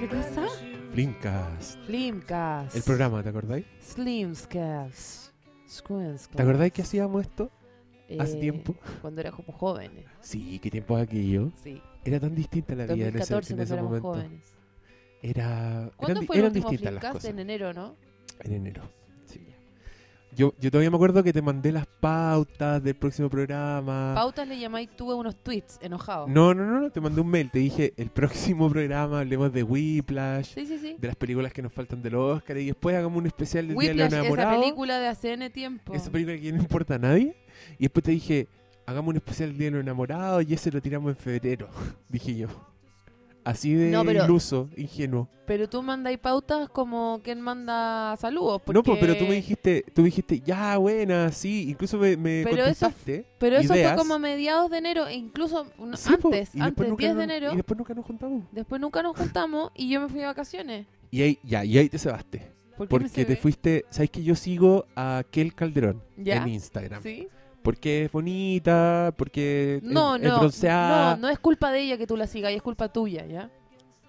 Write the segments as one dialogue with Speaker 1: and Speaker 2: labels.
Speaker 1: ¿Qué cosa?
Speaker 2: Flimcast.
Speaker 1: Flimcast.
Speaker 2: El programa, ¿te acordáis?
Speaker 1: Slimscast. Squinscast.
Speaker 2: ¿Te acordáis que hacíamos esto hace
Speaker 1: Eh,
Speaker 2: tiempo?
Speaker 1: Cuando éramos jóvenes.
Speaker 2: Sí, qué tiempo aquello.
Speaker 1: Sí.
Speaker 2: Era tan distinta la vida en ese,
Speaker 1: 2014
Speaker 2: en
Speaker 1: cuando
Speaker 2: ese
Speaker 1: éramos
Speaker 2: momento.
Speaker 1: jóvenes.
Speaker 2: Era,
Speaker 1: ¿Cuándo
Speaker 2: eran, di-
Speaker 1: fue el
Speaker 2: eran
Speaker 1: último
Speaker 2: distintas las
Speaker 1: Flimcast?
Speaker 2: cosas.
Speaker 1: En enero, ¿no?
Speaker 2: En enero. Sí. Yo, yo todavía me acuerdo que te mandé las pautas del próximo programa.
Speaker 1: Pautas le llamáis tú a unos tweets enojados.
Speaker 2: Ah. no, no, no, no, te mandé un mail. Te dije, el próximo programa hablemos de Whiplash,
Speaker 1: Sí, sí, sí.
Speaker 2: de las películas que nos faltan del Oscar y después hagamos un especial del Día
Speaker 1: Whiplash,
Speaker 2: de los
Speaker 1: esa
Speaker 2: Enamorados.
Speaker 1: película de hace N tiempo.
Speaker 2: Esa película que no importa a nadie. Y después te dije, hagamos un especial Día de los Enamorados y ese lo tiramos en febrero, dije yo. Así de
Speaker 1: No, pero-
Speaker 2: iluso, ingenuo.
Speaker 1: Pero tú mandáis pautas como quien manda saludos.
Speaker 2: No, po,
Speaker 1: porque-
Speaker 2: pero tú me dijiste, tú me dijiste, ya, buena, sí. Incluso me, me
Speaker 1: Pero eso-
Speaker 2: contestaste.
Speaker 1: Pero eso
Speaker 2: ideas.
Speaker 1: fue como a mediados de enero, e incluso no,
Speaker 2: Sí, po,
Speaker 1: antes,
Speaker 2: y después
Speaker 1: antes,
Speaker 2: nunca
Speaker 1: 10 de
Speaker 2: nos-
Speaker 1: enero.
Speaker 2: Y después nunca nos juntamos.
Speaker 1: Después nunca nos juntamos y yo me fui de vacaciones.
Speaker 2: Y ahí, ya, y ahí te cebaste.
Speaker 1: ¿Por qué me
Speaker 2: Porque te
Speaker 1: cebé?
Speaker 2: fuiste, ¿sabes que yo sigo a Kel Calderón
Speaker 1: ¿Ya?
Speaker 2: en Instagram?
Speaker 1: ¿Sí?
Speaker 2: Porque es bonita, porque es-
Speaker 1: No,
Speaker 2: es,
Speaker 1: no,
Speaker 2: bronceada.
Speaker 1: no, no es culpa de ella que tú la sigas, y es culpa tuya, ¿ya?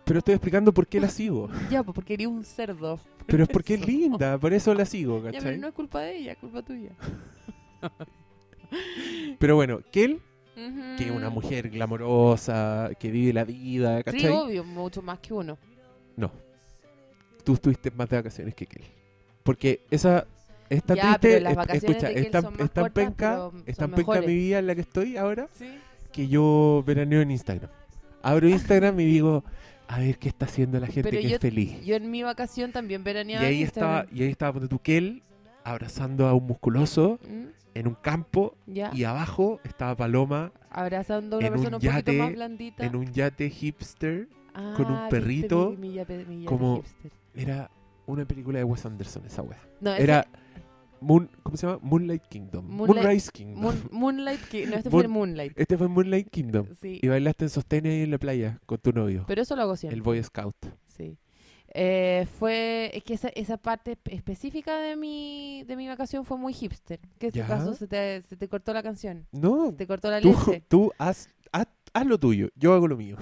Speaker 2: Pero estoy explicando por qué la sigo.
Speaker 1: Ya, pues porque eres un cerdo.
Speaker 2: Pero es porque es
Speaker 1: Eso.
Speaker 2: linda, por eso la sigo,
Speaker 1: Ya,
Speaker 2: ¿cachai?
Speaker 1: pero no es culpa de ella, es culpa tuya.
Speaker 2: Pero bueno, Kel,
Speaker 1: Ujú.
Speaker 2: que es una mujer glamorosa, que vive la vida,
Speaker 1: Mm. Sí,
Speaker 2: ¿cachai?
Speaker 1: obvio, mucho más que uno.
Speaker 2: Tú estuviste más de vacaciones que Kel. Porque esa es tan
Speaker 1: Ya,
Speaker 2: triste,
Speaker 1: pero las
Speaker 2: es-
Speaker 1: vacaciones
Speaker 2: escucha,
Speaker 1: de
Speaker 2: es
Speaker 1: Kel
Speaker 2: tan-
Speaker 1: son más
Speaker 2: es tan
Speaker 1: cortas,
Speaker 2: penca,
Speaker 1: pero
Speaker 2: es
Speaker 1: son
Speaker 2: tan penca mi
Speaker 1: mejores.
Speaker 2: vida en la que estoy ahora,
Speaker 1: Sí.
Speaker 2: que yo veraneo en Instagram. Abro Instagram y digo, a ver qué está haciendo la gente
Speaker 1: Pero
Speaker 2: que es feliz.
Speaker 1: Yo en mi vacación también
Speaker 2: Y
Speaker 1: veraneaba.
Speaker 2: ahí
Speaker 1: en
Speaker 2: estaba,
Speaker 1: Instagram.
Speaker 2: y ahí estaba ponte tú, Kel abrazando a un musculoso
Speaker 1: ¿Mm?
Speaker 2: en un campo
Speaker 1: Ya,
Speaker 2: y abajo estaba Paloma
Speaker 1: abrazando a una
Speaker 2: en un
Speaker 1: persona un,
Speaker 2: yate,
Speaker 1: poquito más blandita.
Speaker 2: en un yate hipster.
Speaker 1: Ah,
Speaker 2: con un
Speaker 1: viste
Speaker 2: perrito,
Speaker 1: mi- mi yape- mi yate
Speaker 2: como-
Speaker 1: hipster.
Speaker 2: Era una película de Wes Anderson esa wea.
Speaker 1: No, ese-
Speaker 2: Era Moon, ¿cómo se llama? Moonlight Kingdom.
Speaker 1: Moonlight-
Speaker 2: Moonrise Kingdom.
Speaker 1: Moon- Moonlight, que, no, este fue el Moonlight.
Speaker 2: Este fue Moonlight Kingdom.
Speaker 1: Sí.
Speaker 2: Y bailaste en sostenes ahí en la playa con tu novio,
Speaker 1: Pero eso lo hago
Speaker 2: el
Speaker 1: siempre.
Speaker 2: Boy Scout.
Speaker 1: Sí. Eh, fue, es que esa, esa parte espe- específica de mi, de mi vacación fue muy hipster. Que en
Speaker 2: Ya.
Speaker 1: tu caso se te, se te cortó la canción,
Speaker 2: No,
Speaker 1: se te cortó la
Speaker 2: tú,
Speaker 1: leche.
Speaker 2: tú haz, haz, haz lo tuyo, yo hago lo mío.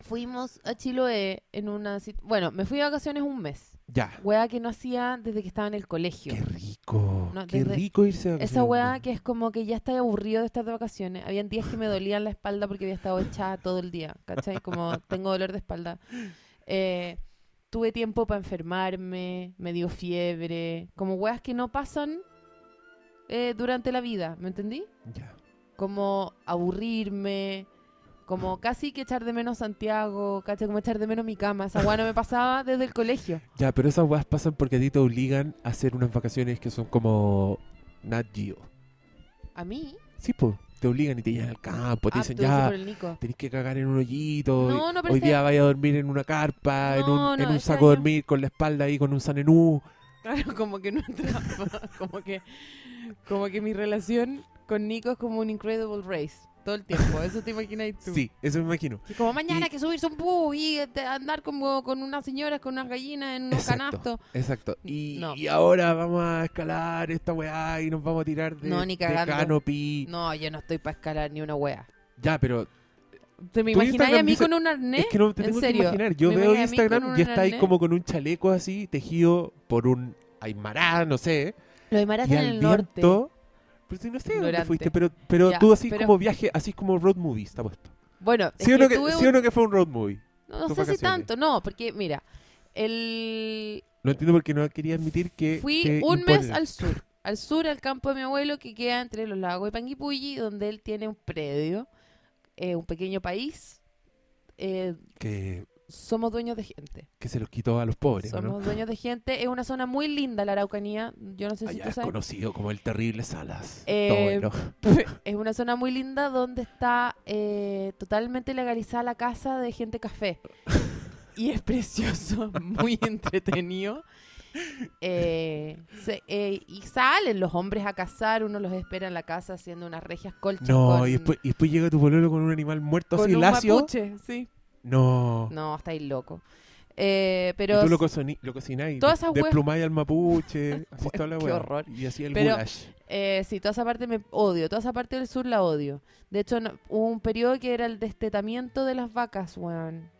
Speaker 1: Fuimos a Chiloé en una... sit- Bueno, me fui de vacaciones un mes.
Speaker 2: Ya.
Speaker 1: Weá que no hacía desde que estaba en el colegio.
Speaker 2: Qué rico.
Speaker 1: No,
Speaker 2: qué
Speaker 1: desde-
Speaker 2: rico irse a
Speaker 1: Esa weá que es como que ya estaba aburrido de estar de vacaciones. Habían días que me dolían la espalda porque había estado echada todo el día, ¿cachai? Como tengo dolor de espalda. Eh, tuve tiempo para enfermarme, me dio fiebre, como weas que no pasan eh, durante la vida, ¿me entendí?
Speaker 2: Ya.
Speaker 1: Como aburrirme, como casi que echar de menos Santiago, ¿cachai? Como echar de menos mi cama. Esa weá no me pasaba desde el colegio.
Speaker 2: Ya, pero esas weas pasan porque a ti te obligan a hacer unas vacaciones que son como Nat Geo.
Speaker 1: A mí,
Speaker 2: Sí, pues. Te obligan y te llevan al campo, Pues te
Speaker 1: ah,
Speaker 2: dicen
Speaker 1: te lo dije
Speaker 2: ya,
Speaker 1: por el Nico.
Speaker 2: tenés que cagar en un hoyito.
Speaker 1: No, no, pero
Speaker 2: hoy
Speaker 1: este-
Speaker 2: día vaya a dormir en una carpa, en
Speaker 1: No,
Speaker 2: un,
Speaker 1: no,
Speaker 2: en un
Speaker 1: este
Speaker 2: saco de
Speaker 1: año-
Speaker 2: dormir, con la espalda ahí, con un sanenú.
Speaker 1: Claro, como que no entraba. como que como que mi relación con Nico es como un incredible race todo el tiempo. Eso te imaginas tú.
Speaker 2: Sí, eso me imagino.
Speaker 1: Y como mañana
Speaker 2: Y-
Speaker 1: que subirse a un bus y este, andar como con unas señoras con unas gallinas en unos canastos.
Speaker 2: Exacto, exacto. Y,
Speaker 1: No.
Speaker 2: y ahora vamos a escalar esta weá y nos vamos a tirar de,
Speaker 1: No, ni
Speaker 2: de
Speaker 1: cagando.
Speaker 2: canopy.
Speaker 1: No, yo no estoy para escalar ni una wea.
Speaker 2: Ya, pero
Speaker 1: ¿Te me
Speaker 2: Tu
Speaker 1: imagináis
Speaker 2: Instagram
Speaker 1: a mí
Speaker 2: dice-
Speaker 1: con un arnés?
Speaker 2: es que no te
Speaker 1: ¿En
Speaker 2: tengo que
Speaker 1: serio?
Speaker 2: imaginar. Yo
Speaker 1: Me
Speaker 2: veo
Speaker 1: imaginé a mí con
Speaker 2: Instagram
Speaker 1: un
Speaker 2: y está ahí
Speaker 1: arnés.
Speaker 2: como con un chaleco así, tejido por un aymará, no sé.
Speaker 1: Los Aymaras
Speaker 2: y
Speaker 1: en
Speaker 2: al
Speaker 1: el norte.
Speaker 2: viento... Pero si no sé dónde
Speaker 1: Ignorante.
Speaker 2: fuiste, pero, pero
Speaker 1: Ya,
Speaker 2: tú así
Speaker 1: pero-
Speaker 2: como viaje, así como road movie está puesto.
Speaker 1: Bueno, es
Speaker 2: ¿Sí, o, no
Speaker 1: que
Speaker 2: que,
Speaker 1: tuve
Speaker 2: sí
Speaker 1: un-
Speaker 2: o no que fue un road movie?
Speaker 1: no, no
Speaker 2: tus
Speaker 1: sé si
Speaker 2: vacaciones?
Speaker 1: tanto, no, porque mira, el
Speaker 2: No entiendo por qué no quería admitir que.
Speaker 1: Fui
Speaker 2: que
Speaker 1: un mes
Speaker 2: imponen.
Speaker 1: al sur, al sur, al campo de mi abuelo que queda entre los lagos de Panguipulli, donde él tiene un predio, eh, un pequeño país. Eh,
Speaker 2: Que,
Speaker 1: somos dueños de gente.
Speaker 2: que se los quitó a los pobres, ¿o
Speaker 1: somos
Speaker 2: ¿no?
Speaker 1: dueños de gente. Es una zona muy linda la Araucanía. Yo no sé si
Speaker 2: Allá
Speaker 1: tú
Speaker 2: es
Speaker 1: sabes.
Speaker 2: conocido como el terrible Salas.
Speaker 1: Eh,
Speaker 2: Todo bueno.
Speaker 1: Es una zona muy linda donde está eh, totalmente legalizada la casa de gente café. Y es precioso, muy entretenido. Eh, se- eh, y salen los hombres a cazar, uno los espera en la casa haciendo unas regias colchas.
Speaker 2: No,
Speaker 1: con-
Speaker 2: y, después, y después llega tu pololo con un animal muerto
Speaker 1: con
Speaker 2: así
Speaker 1: un
Speaker 2: lacio.
Speaker 1: mapuche, sí.
Speaker 2: No.
Speaker 1: No, estáis loco. Eh,
Speaker 2: y
Speaker 1: pero
Speaker 2: tú lo, cocini- lo cocináis.
Speaker 1: Todas esas
Speaker 2: Desplumáis al mapuche. Así toda la
Speaker 1: Qué
Speaker 2: weá.
Speaker 1: horror.
Speaker 2: Y así el
Speaker 1: Pero-
Speaker 2: goulash.
Speaker 1: Eh, sí, toda esa parte me odio, toda esa parte del sur la odio. De hecho, no- hubo un periodo que era el destetamiento de las vacas, weón.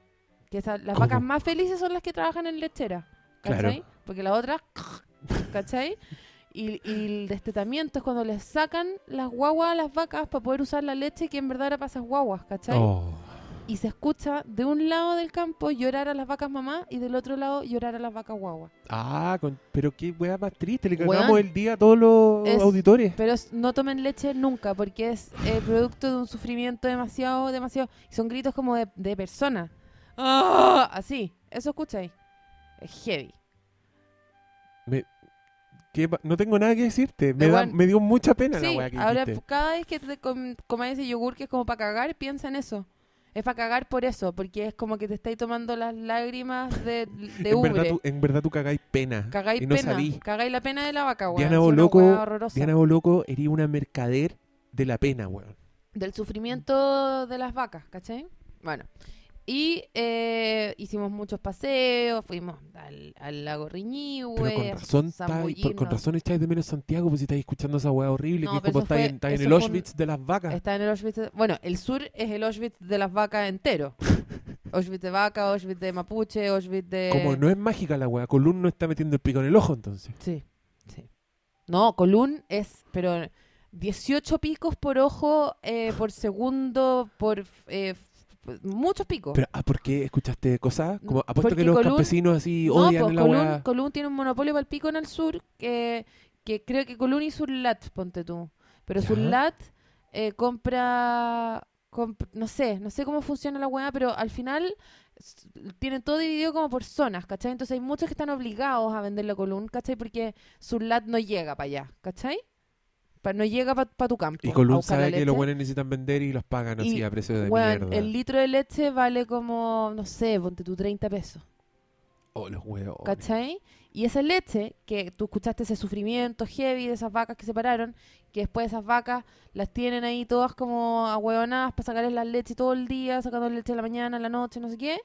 Speaker 1: Que esa- las
Speaker 2: ¿Cómo?
Speaker 1: vacas más felices son las que trabajan en lechera. ¿Cachai? Porque las otras, ¿cachai? Y, y el destetamiento es cuando les sacan las guaguas a las vacas para poder usar la leche que en verdad era para esas guaguas, ¿cachai?
Speaker 2: Oh.
Speaker 1: Y se escucha de un lado del campo llorar a las vacas mamá y del otro lado llorar a las vacas guaguas.
Speaker 2: Ah, con- pero qué weá más triste. Le
Speaker 1: Weón.
Speaker 2: cagamos el día a todos los
Speaker 1: Es-
Speaker 2: auditores.
Speaker 1: Pero es- no tomen leche nunca porque es eh, producto de un sufrimiento demasiado, demasiado. y Son gritos como de, de persona. ¡Ah! Así, eso escucháis. Es heavy.
Speaker 2: Qué pa- No tengo nada que decirte. Me, da-
Speaker 1: Weón.
Speaker 2: me dio mucha pena la
Speaker 1: Sí,
Speaker 2: weá que
Speaker 1: ahora
Speaker 2: dijiste.
Speaker 1: cada vez que te com- comáis ese yogur que es como para cagar, piensa en eso. Es para cagar por eso, porque es como que te estáis tomando las lágrimas de, de
Speaker 2: en, verdad
Speaker 1: ubre.
Speaker 2: tú, en verdad tú cagáis pena.
Speaker 1: Cagáis
Speaker 2: y no
Speaker 1: pena,
Speaker 2: sabí.
Speaker 1: cagáis la pena de la vaca, weón.
Speaker 2: Diana
Speaker 1: Es una
Speaker 2: Boloco-
Speaker 1: weá horrorosa.
Speaker 2: Diana Boloco hería una mercader de la pena, weón.
Speaker 1: del sufrimiento de las vacas, ¿cachai? Bueno, y eh, hicimos muchos paseos, fuimos al, al lago
Speaker 2: Pero
Speaker 1: Riñihue,
Speaker 2: con razón, estáis- por- con
Speaker 1: zambullirnos.
Speaker 2: razón estáis de menos Santiago, pues si estáis escuchando esa weá horrible,
Speaker 1: No,
Speaker 2: que es
Speaker 1: pero
Speaker 2: como
Speaker 1: eso
Speaker 2: estáis,
Speaker 1: fue-
Speaker 2: en- estáis en
Speaker 1: eso
Speaker 2: el
Speaker 1: fue un- este
Speaker 2: Auschwitz de las vacas.
Speaker 1: Está en el Auschwitz. de- Bueno, el sur es el Auschwitz de las vacas entero. Auschwitz de vaca, Auschwitz de mapuche, Auschwitz de...
Speaker 2: Como no es mágica la weá, Column no está metiendo el pico en el ojo entonces.
Speaker 1: Sí, sí. No, Colún es, pero 18 picos por ojo, eh, por segundo, por... eh, f- muchos picos.
Speaker 2: Pero, ah, ¿por qué escuchaste cosas? Como, apuesto
Speaker 1: Porque
Speaker 2: que los
Speaker 1: Column-
Speaker 2: campesinos así
Speaker 1: No,
Speaker 2: odian
Speaker 1: pues
Speaker 2: la
Speaker 1: Colún,
Speaker 2: weá.
Speaker 1: Colún tiene un monopolio para el pico en el sur que, que creo que Colún y Surlat, ponte tú. Pero
Speaker 2: Ya.
Speaker 1: Surlat eh, compra, comp- no sé, no sé cómo funciona la weá, pero al final s- tienen todo dividido como por zonas, ¿cachai? Entonces hay muchos que están obligados a venderle a Colún, ¿cachai? Porque Surlat no llega para allá, ¿cachai? Pa- no llega para tu campo.
Speaker 2: Y
Speaker 1: a
Speaker 2: Column
Speaker 1: buscar la
Speaker 2: sabe que
Speaker 1: leche.
Speaker 2: los buenos necesitan vender y los pagan así
Speaker 1: Y,
Speaker 2: a precio de
Speaker 1: Weón,
Speaker 2: mierda.
Speaker 1: el litro de leche vale como, no sé, ponte tú 30 pesos.
Speaker 2: Oh, los huevos.
Speaker 1: ¿Cachai? Y esa leche, que tú escuchaste ese sufrimiento heavy de esas vacas que se pararon, que después esas vacas las tienen ahí todas como ahueonadas para sacarles la leche todo el día, sacando leche en la mañana, en la noche, no sé qué.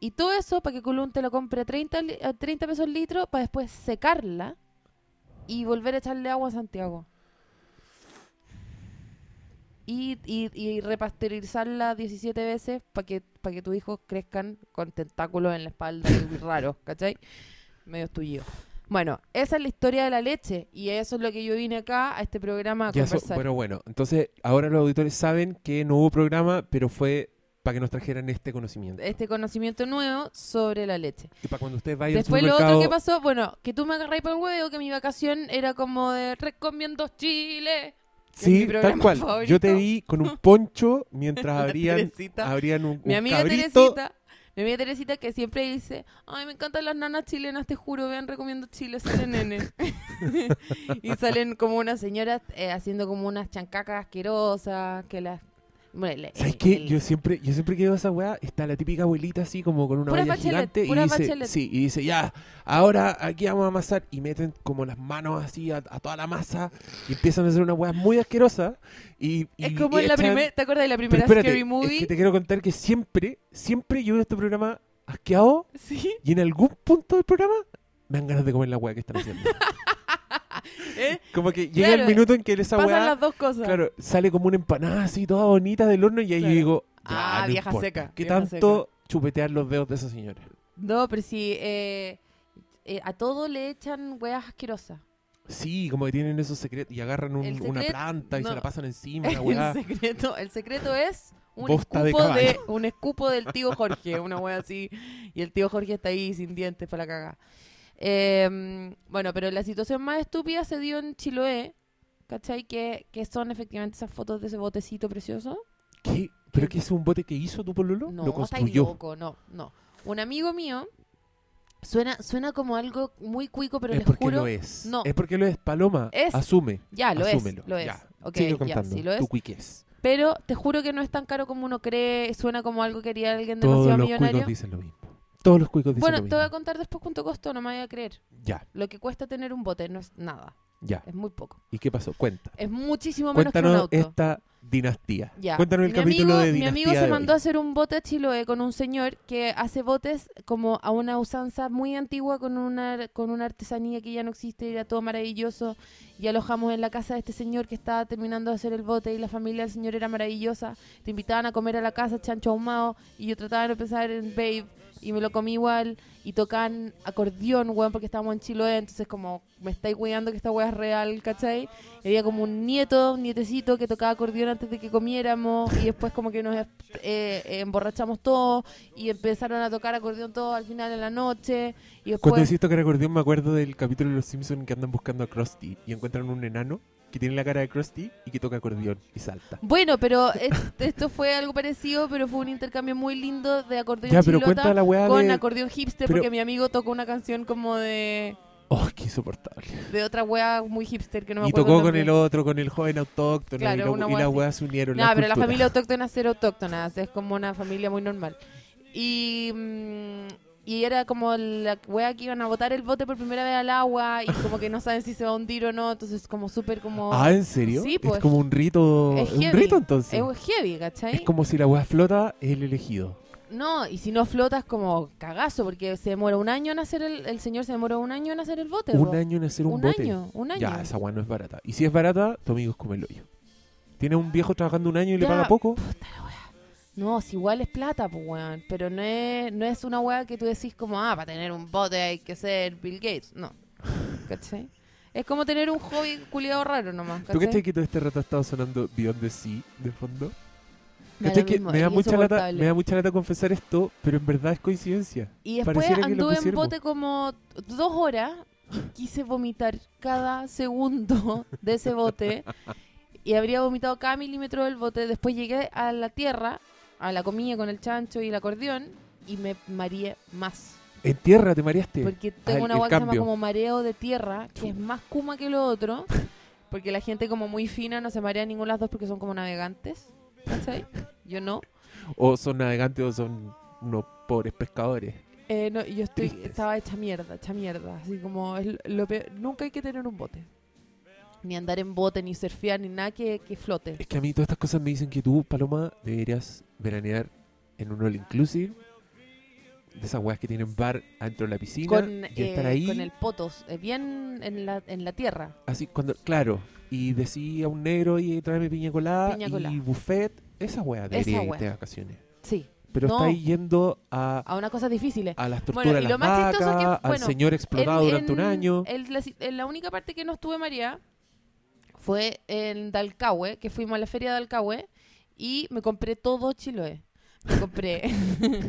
Speaker 1: Y todo eso para que Colum te lo compre a 30, li- a 30 pesos el litro para después secarla y volver a echarle agua a Santiago. Y, y, y repasteurizarla 17 veces para que, para que tus hijos crezcan con tentáculos en la espalda y raros, ¿cachai? Medio estullido. Bueno, esa es la historia de la leche y eso es lo que yo vine acá a este programa a
Speaker 2: Ya so-
Speaker 1: conversar.
Speaker 2: pero bueno, entonces ahora los auditores saben que no hubo programa, pero fue para que nos trajeran este conocimiento.
Speaker 1: Este conocimiento nuevo sobre la leche.
Speaker 2: Y para cuando ustedes vayan
Speaker 1: Después
Speaker 2: al
Speaker 1: lo otro
Speaker 2: supermercado...
Speaker 1: que pasó, bueno, que tú me agarráis para el huevo, que mi vacación era como de recomiendo Chile. que es mi
Speaker 2: Sí, tal
Speaker 1: programa
Speaker 2: cual. Yo te
Speaker 1: favorito.
Speaker 2: vi con un poncho mientras abrían,
Speaker 1: Teresita.
Speaker 2: abrían un,
Speaker 1: mi
Speaker 2: un
Speaker 1: amiga
Speaker 2: cabrito.
Speaker 1: Teresita, mi amiga Teresita que siempre dice, ay, me encantan las nanas chilenas, te juro, vean, recomiendo Chile, salen nene. y salen como unas señoras eh, haciendo como unas chancacas asquerosas, que las... Bueno, le-
Speaker 2: ¿Sabes
Speaker 1: el-
Speaker 2: qué?
Speaker 1: el-
Speaker 2: Yo siempre, yo siempre que veo esa weá, está la típica abuelita así como con una
Speaker 1: Pura
Speaker 2: olla
Speaker 1: bachelet,
Speaker 2: gigante y
Speaker 1: pura
Speaker 2: dice,
Speaker 1: bachelet.
Speaker 2: sí, y dice, ya, ahora aquí vamos a amasar. Y meten como las manos así a, a toda la masa y empiezan a hacer una weá muy asquerosa. Y, y-
Speaker 1: Es como
Speaker 2: y
Speaker 1: en la
Speaker 2: echan-
Speaker 1: primera, ¿te acuerdas de la
Speaker 2: Pero
Speaker 1: primera
Speaker 2: espérate,
Speaker 1: Scary Movie?
Speaker 2: es que te quiero contar que siempre, siempre yo veo este programa asqueado
Speaker 1: Sí,
Speaker 2: y en algún punto del programa me dan ganas de comer la weá que están haciendo.
Speaker 1: ¿eh?
Speaker 2: como que llega
Speaker 1: Claro,
Speaker 2: el minuto en que esa
Speaker 1: pasan
Speaker 2: weá...
Speaker 1: las dos cosas.
Speaker 2: Claro, sale como una empanada así toda bonita del horno y ahí
Speaker 1: Claro.
Speaker 2: yo digo,
Speaker 1: Ah,
Speaker 2: ah,
Speaker 1: vieja seca,
Speaker 2: ¿Qué
Speaker 1: vieja
Speaker 2: tanto chupetear los dedos de esa señora?
Speaker 1: No, pero sí, eh, eh, a todo le echan weas asquerosas.
Speaker 2: Sí, como que tienen esos secretos y agarran un-
Speaker 1: El
Speaker 2: una
Speaker 1: secret-
Speaker 2: planta y se
Speaker 1: no.
Speaker 2: la pasan encima, la weá.
Speaker 1: El secreto, el secreto es un
Speaker 2: Bosta de
Speaker 1: escupo
Speaker 2: caballo.
Speaker 1: de- un escupo del tío Jorge, una wea así, y el tío Jorge está ahí sin dientes para la cagada. Eh, bueno, pero la situación más estúpida se dio en Chiloé, ¿cachai? Que, que son efectivamente esas fotos de ese botecito precioso.
Speaker 2: ¿Qué? ¿Pero qué es un bote que hizo tu pololo?
Speaker 1: No,
Speaker 2: Lo
Speaker 1: estáis
Speaker 2: construyó.
Speaker 1: loco, no, no. Un amigo mío suena, suena como algo muy cuico, pero
Speaker 2: Es
Speaker 1: les
Speaker 2: porque
Speaker 1: juro.
Speaker 2: lo es.
Speaker 1: no.
Speaker 2: Es porque lo es. Paloma,
Speaker 1: Es-
Speaker 2: asume.
Speaker 1: Ya, lo
Speaker 2: asúmelo.
Speaker 1: es. Lo es.
Speaker 2: Ya.
Speaker 1: Ok,
Speaker 2: Sigue
Speaker 1: ya,
Speaker 2: contando.
Speaker 1: sí, lo es.
Speaker 2: Tu cuiques.
Speaker 1: Pero te juro que no es tan caro como uno cree. Suena como algo que haría alguien
Speaker 2: Todos
Speaker 1: demasiado
Speaker 2: los
Speaker 1: millonario.
Speaker 2: cuicos dicen lo mismo. Todos los cuicos dicen
Speaker 1: Bueno,
Speaker 2: lo
Speaker 1: te
Speaker 2: mismo.
Speaker 1: voy a contar después cuánto costó, no me voy a creer.
Speaker 2: Ya,
Speaker 1: Lo que cuesta tener un bote no es nada,
Speaker 2: ya.
Speaker 1: es muy poco.
Speaker 2: ¿Y qué pasó? Cuenta.
Speaker 1: Es muchísimo Eh, menos
Speaker 2: Cuéntanos
Speaker 1: que un auto.
Speaker 2: esta Dinastía.
Speaker 1: Ya.
Speaker 2: Cuéntanos el
Speaker 1: Mi
Speaker 2: capítulo
Speaker 1: amigo-
Speaker 2: de
Speaker 1: Mi
Speaker 2: Dinastía.
Speaker 1: amigo
Speaker 2: de
Speaker 1: se
Speaker 2: hoy.
Speaker 1: mandó a hacer un bote a Chiloé con un señor que hace botes como a una usanza muy antigua con una, con una artesanía que ya no existe, era todo maravilloso. Y alojamos en la casa de este señor que estaba terminando de hacer el bote y la familia del señor era maravillosa. Te invitaban a comer a la casa chancho ahumado y yo trataba de no pensar en Babe y me lo comí igual y tocan acordeón, weón, porque estábamos en Chiloé, entonces como me estáis cuidando que esta weá es real, ¿cachai? Y había como un nieto, un nietecito que tocaba acordeón antes de que comiéramos y después como que nos eh, eh, emborrachamos todos y empezaron a tocar acordeón todos al final de la noche
Speaker 2: Cuando
Speaker 1: y después...
Speaker 2: decís tocar acordeón me acuerdo del capítulo de Los Simpsons que andan buscando a Krusty y encuentran un enano que tiene la cara de Krusty y que toca acordeón y salta.
Speaker 1: Bueno, pero es- esto fue algo parecido, pero fue un intercambio muy lindo de acordeón
Speaker 2: Ya, pero
Speaker 1: chilota
Speaker 2: cuenta la weá
Speaker 1: con
Speaker 2: de...
Speaker 1: acordeón hipster
Speaker 2: pero-
Speaker 1: porque mi amigo tocó una canción como de,
Speaker 2: Oh, qué insoportable.
Speaker 1: de otra wea muy hipster que no me
Speaker 2: y
Speaker 1: acuerdo.
Speaker 2: tocó
Speaker 1: el
Speaker 2: con
Speaker 1: nombre.
Speaker 2: el otro, con el joven autóctono
Speaker 1: Claro,
Speaker 2: y,
Speaker 1: una
Speaker 2: la, y
Speaker 1: weá
Speaker 2: las
Speaker 1: así.
Speaker 2: weas se unieron.
Speaker 1: No, pero la
Speaker 2: cultura.
Speaker 1: familia autóctona es cero autóctona, es como una familia muy normal. Y, mm, y era como la wea que iban a botar el bote por primera vez al agua y como que no saben si se va a hundir o no, entonces como súper como...
Speaker 2: Ah, ¿en serio?
Speaker 1: Sí, pues.
Speaker 2: Es como un rito.
Speaker 1: Es
Speaker 2: un
Speaker 1: heavy.
Speaker 2: rito entonces.
Speaker 1: es heavy, ¿cachai?
Speaker 2: Es como si la wea flota, es el elegido.
Speaker 1: No, y si no flotas como cagazo, porque se demora un año en hacer el... El señor se demoró un año en hacer el bote.
Speaker 2: Un
Speaker 1: po.
Speaker 2: año en hacer un,
Speaker 1: un
Speaker 2: bote.
Speaker 1: año, un año.
Speaker 2: Ya, esa weá no es barata. Y si es barata, tu amigo es como el hoyo. Tiene un viejo trabajando un año y le
Speaker 1: Ya,
Speaker 2: paga poco.
Speaker 1: No, si igual es plata, pues, weón. Pero no es, no es una weá que tú decís como, ah, para tener un bote hay que ser Bill Gates. No. ¿Cachai? Es como tener un hobby culiado raro nomás.
Speaker 2: ¿Tú cachai
Speaker 1: ¿Cachai?
Speaker 2: que todo este rato ha estado sonando Beyond the Sea de fondo?
Speaker 1: Me da
Speaker 2: ¿Cachai
Speaker 1: lo
Speaker 2: que
Speaker 1: mismo,
Speaker 2: me da,
Speaker 1: es
Speaker 2: mucha lata,
Speaker 1: insoportable.
Speaker 2: me da mucha lata confesar esto, pero en verdad es coincidencia.
Speaker 1: Y después
Speaker 2: pareciera que lo
Speaker 1: anduve en
Speaker 2: pusieron.
Speaker 1: bote como dos horas y quise vomitar cada segundo de ese bote. Y habría vomitado cada milímetro del bote. Después llegué a la tierra, a la comida con el chancho y el acordeón, y me mareé más.
Speaker 2: En tierra te mareaste.
Speaker 1: Porque
Speaker 2: Ah,
Speaker 1: tengo
Speaker 2: el-
Speaker 1: una
Speaker 2: el
Speaker 1: agua que se llama
Speaker 2: cambio.
Speaker 1: como mareo de tierra, que es más kuma que lo otro. Porque la gente como muy fina no se marea ninguna de las dos porque son como navegantes. ¿Cachai? Yo no.
Speaker 2: O son navegantes o son unos pobres pescadores.
Speaker 1: Eh, no, yo estoy,
Speaker 2: Tristes.
Speaker 1: estaba hecha mierda, hecha mierda. Así como es lo peor. Nunca hay que tener un bote. Ni andar en bote, ni surfear, ni nada que, que flote.
Speaker 2: Es que a mí todas estas cosas me dicen que tú, Paloma, deberías veranear en un all inclusive. De esas weas que tienen bar adentro de la piscina.
Speaker 1: Con,
Speaker 2: y estar
Speaker 1: eh,
Speaker 2: ahí.
Speaker 1: con el potos, eh, bien en la, en la tierra.
Speaker 2: Así, cuando, claro. Y decía a un negro y tráeme piña colada.
Speaker 1: Piña colada.
Speaker 2: Y buffet. Esa wea debería
Speaker 1: Esa
Speaker 2: irte
Speaker 1: wea.
Speaker 2: de vacaciones.
Speaker 1: Sí,
Speaker 2: Pero
Speaker 1: No.
Speaker 2: está ahí yendo a,
Speaker 1: a unas cosas difíciles.
Speaker 2: a las
Speaker 1: Bueno,
Speaker 2: torturas de
Speaker 1: y
Speaker 2: las
Speaker 1: lo más chistoso
Speaker 2: vacas,
Speaker 1: que- bueno,
Speaker 2: al señor explotado
Speaker 1: en-
Speaker 2: durante un
Speaker 1: en-
Speaker 2: año.
Speaker 1: el- la, si- en la única parte que no estuve María fue en Dalcahue, que fuimos a la feria de Dalcahue y me compré todo Chiloé. Me compré,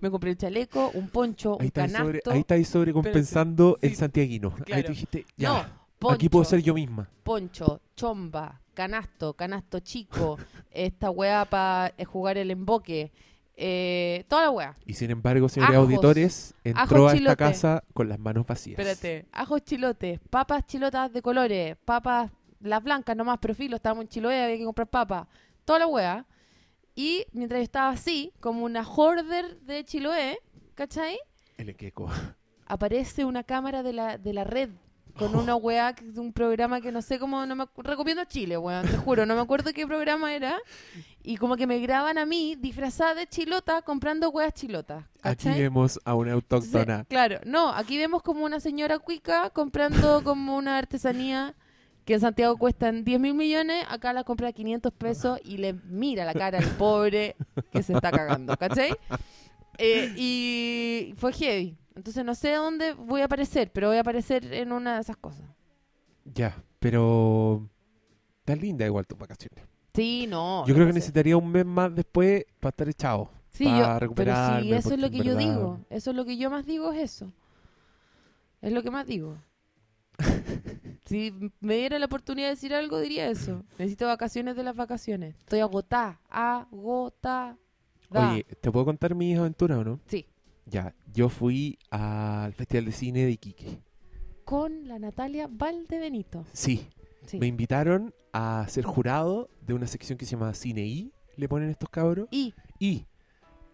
Speaker 1: me compré un chaleco, un poncho,
Speaker 2: Ahí
Speaker 1: un
Speaker 2: estáis,
Speaker 1: canasto.
Speaker 2: sobre, ahí estáis sobrecompensando
Speaker 1: sí,
Speaker 2: el santiaguino. Ahí
Speaker 1: claro.
Speaker 2: tú dijiste, ya,
Speaker 1: no, poncho,
Speaker 2: aquí puedo ser yo misma.
Speaker 1: poncho, chomba, canasto, canasto chico, esta weá para jugar el emboque, eh, toda la weá.
Speaker 2: Y sin embargo, señores
Speaker 1: Ajos.
Speaker 2: auditores, entró
Speaker 1: Ajos
Speaker 2: a esta
Speaker 1: chilote.
Speaker 2: casa con las manos vacías.
Speaker 1: Espérate. Ajos chilotes, papas chilotas de colores, papas, las blancas nomás, pero filo, estábamos en Chiloé, había que comprar papas, toda la wea. Y mientras yo estaba así, como una hoarder de Chiloé, ¿cachai?
Speaker 2: El equeco.
Speaker 1: Aparece una cámara de la, de la red con una weá que- de un programa que no sé cómo, no me acu- recomiendo Chile, weón, te juro, no me acuerdo qué programa era. Y como que me graban a mí disfrazada de chilota comprando weas chilotas.
Speaker 2: Aquí
Speaker 1: ¿cachai?
Speaker 2: vemos a una
Speaker 1: Entonces,
Speaker 2: autóctona.
Speaker 1: claro, no, aquí vemos como una señora cuica comprando como una artesanía que en Santiago cuestan 10 mil millones, acá la compra a 500 pesos y le mira la cara al pobre que se está cagando, ¿cachai? Eh, y fue heavy. Entonces no sé dónde voy a aparecer, pero voy a aparecer en una de esas cosas.
Speaker 2: Ya, pero... Tan linda igual tus vacaciones.
Speaker 1: Sí, no.
Speaker 2: yo creo que
Speaker 1: no puede ser.
Speaker 2: necesitaría un mes más después para estar echado.
Speaker 1: Sí,
Speaker 2: para
Speaker 1: yo- pero sí,
Speaker 2: recuperarme,
Speaker 1: eso es lo
Speaker 2: porque
Speaker 1: que yo
Speaker 2: en verdad-
Speaker 1: digo. Eso es lo que yo más digo, es eso. Es lo que más digo. si me diera la oportunidad de decir algo, diría eso. Necesito vacaciones de las vacaciones. Estoy agotada. Agotada.
Speaker 2: Oye, ¿te puedo contar mis aventuras o no?
Speaker 1: Sí.
Speaker 2: Ya, yo fui al Festival de Cine de Iquique.
Speaker 1: Con la Natalia Valdebenito.
Speaker 2: Sí,
Speaker 1: Sí.
Speaker 2: me invitaron a ser jurado de una sección que se llama Cine I, le ponen estos cabros,
Speaker 1: Y
Speaker 2: y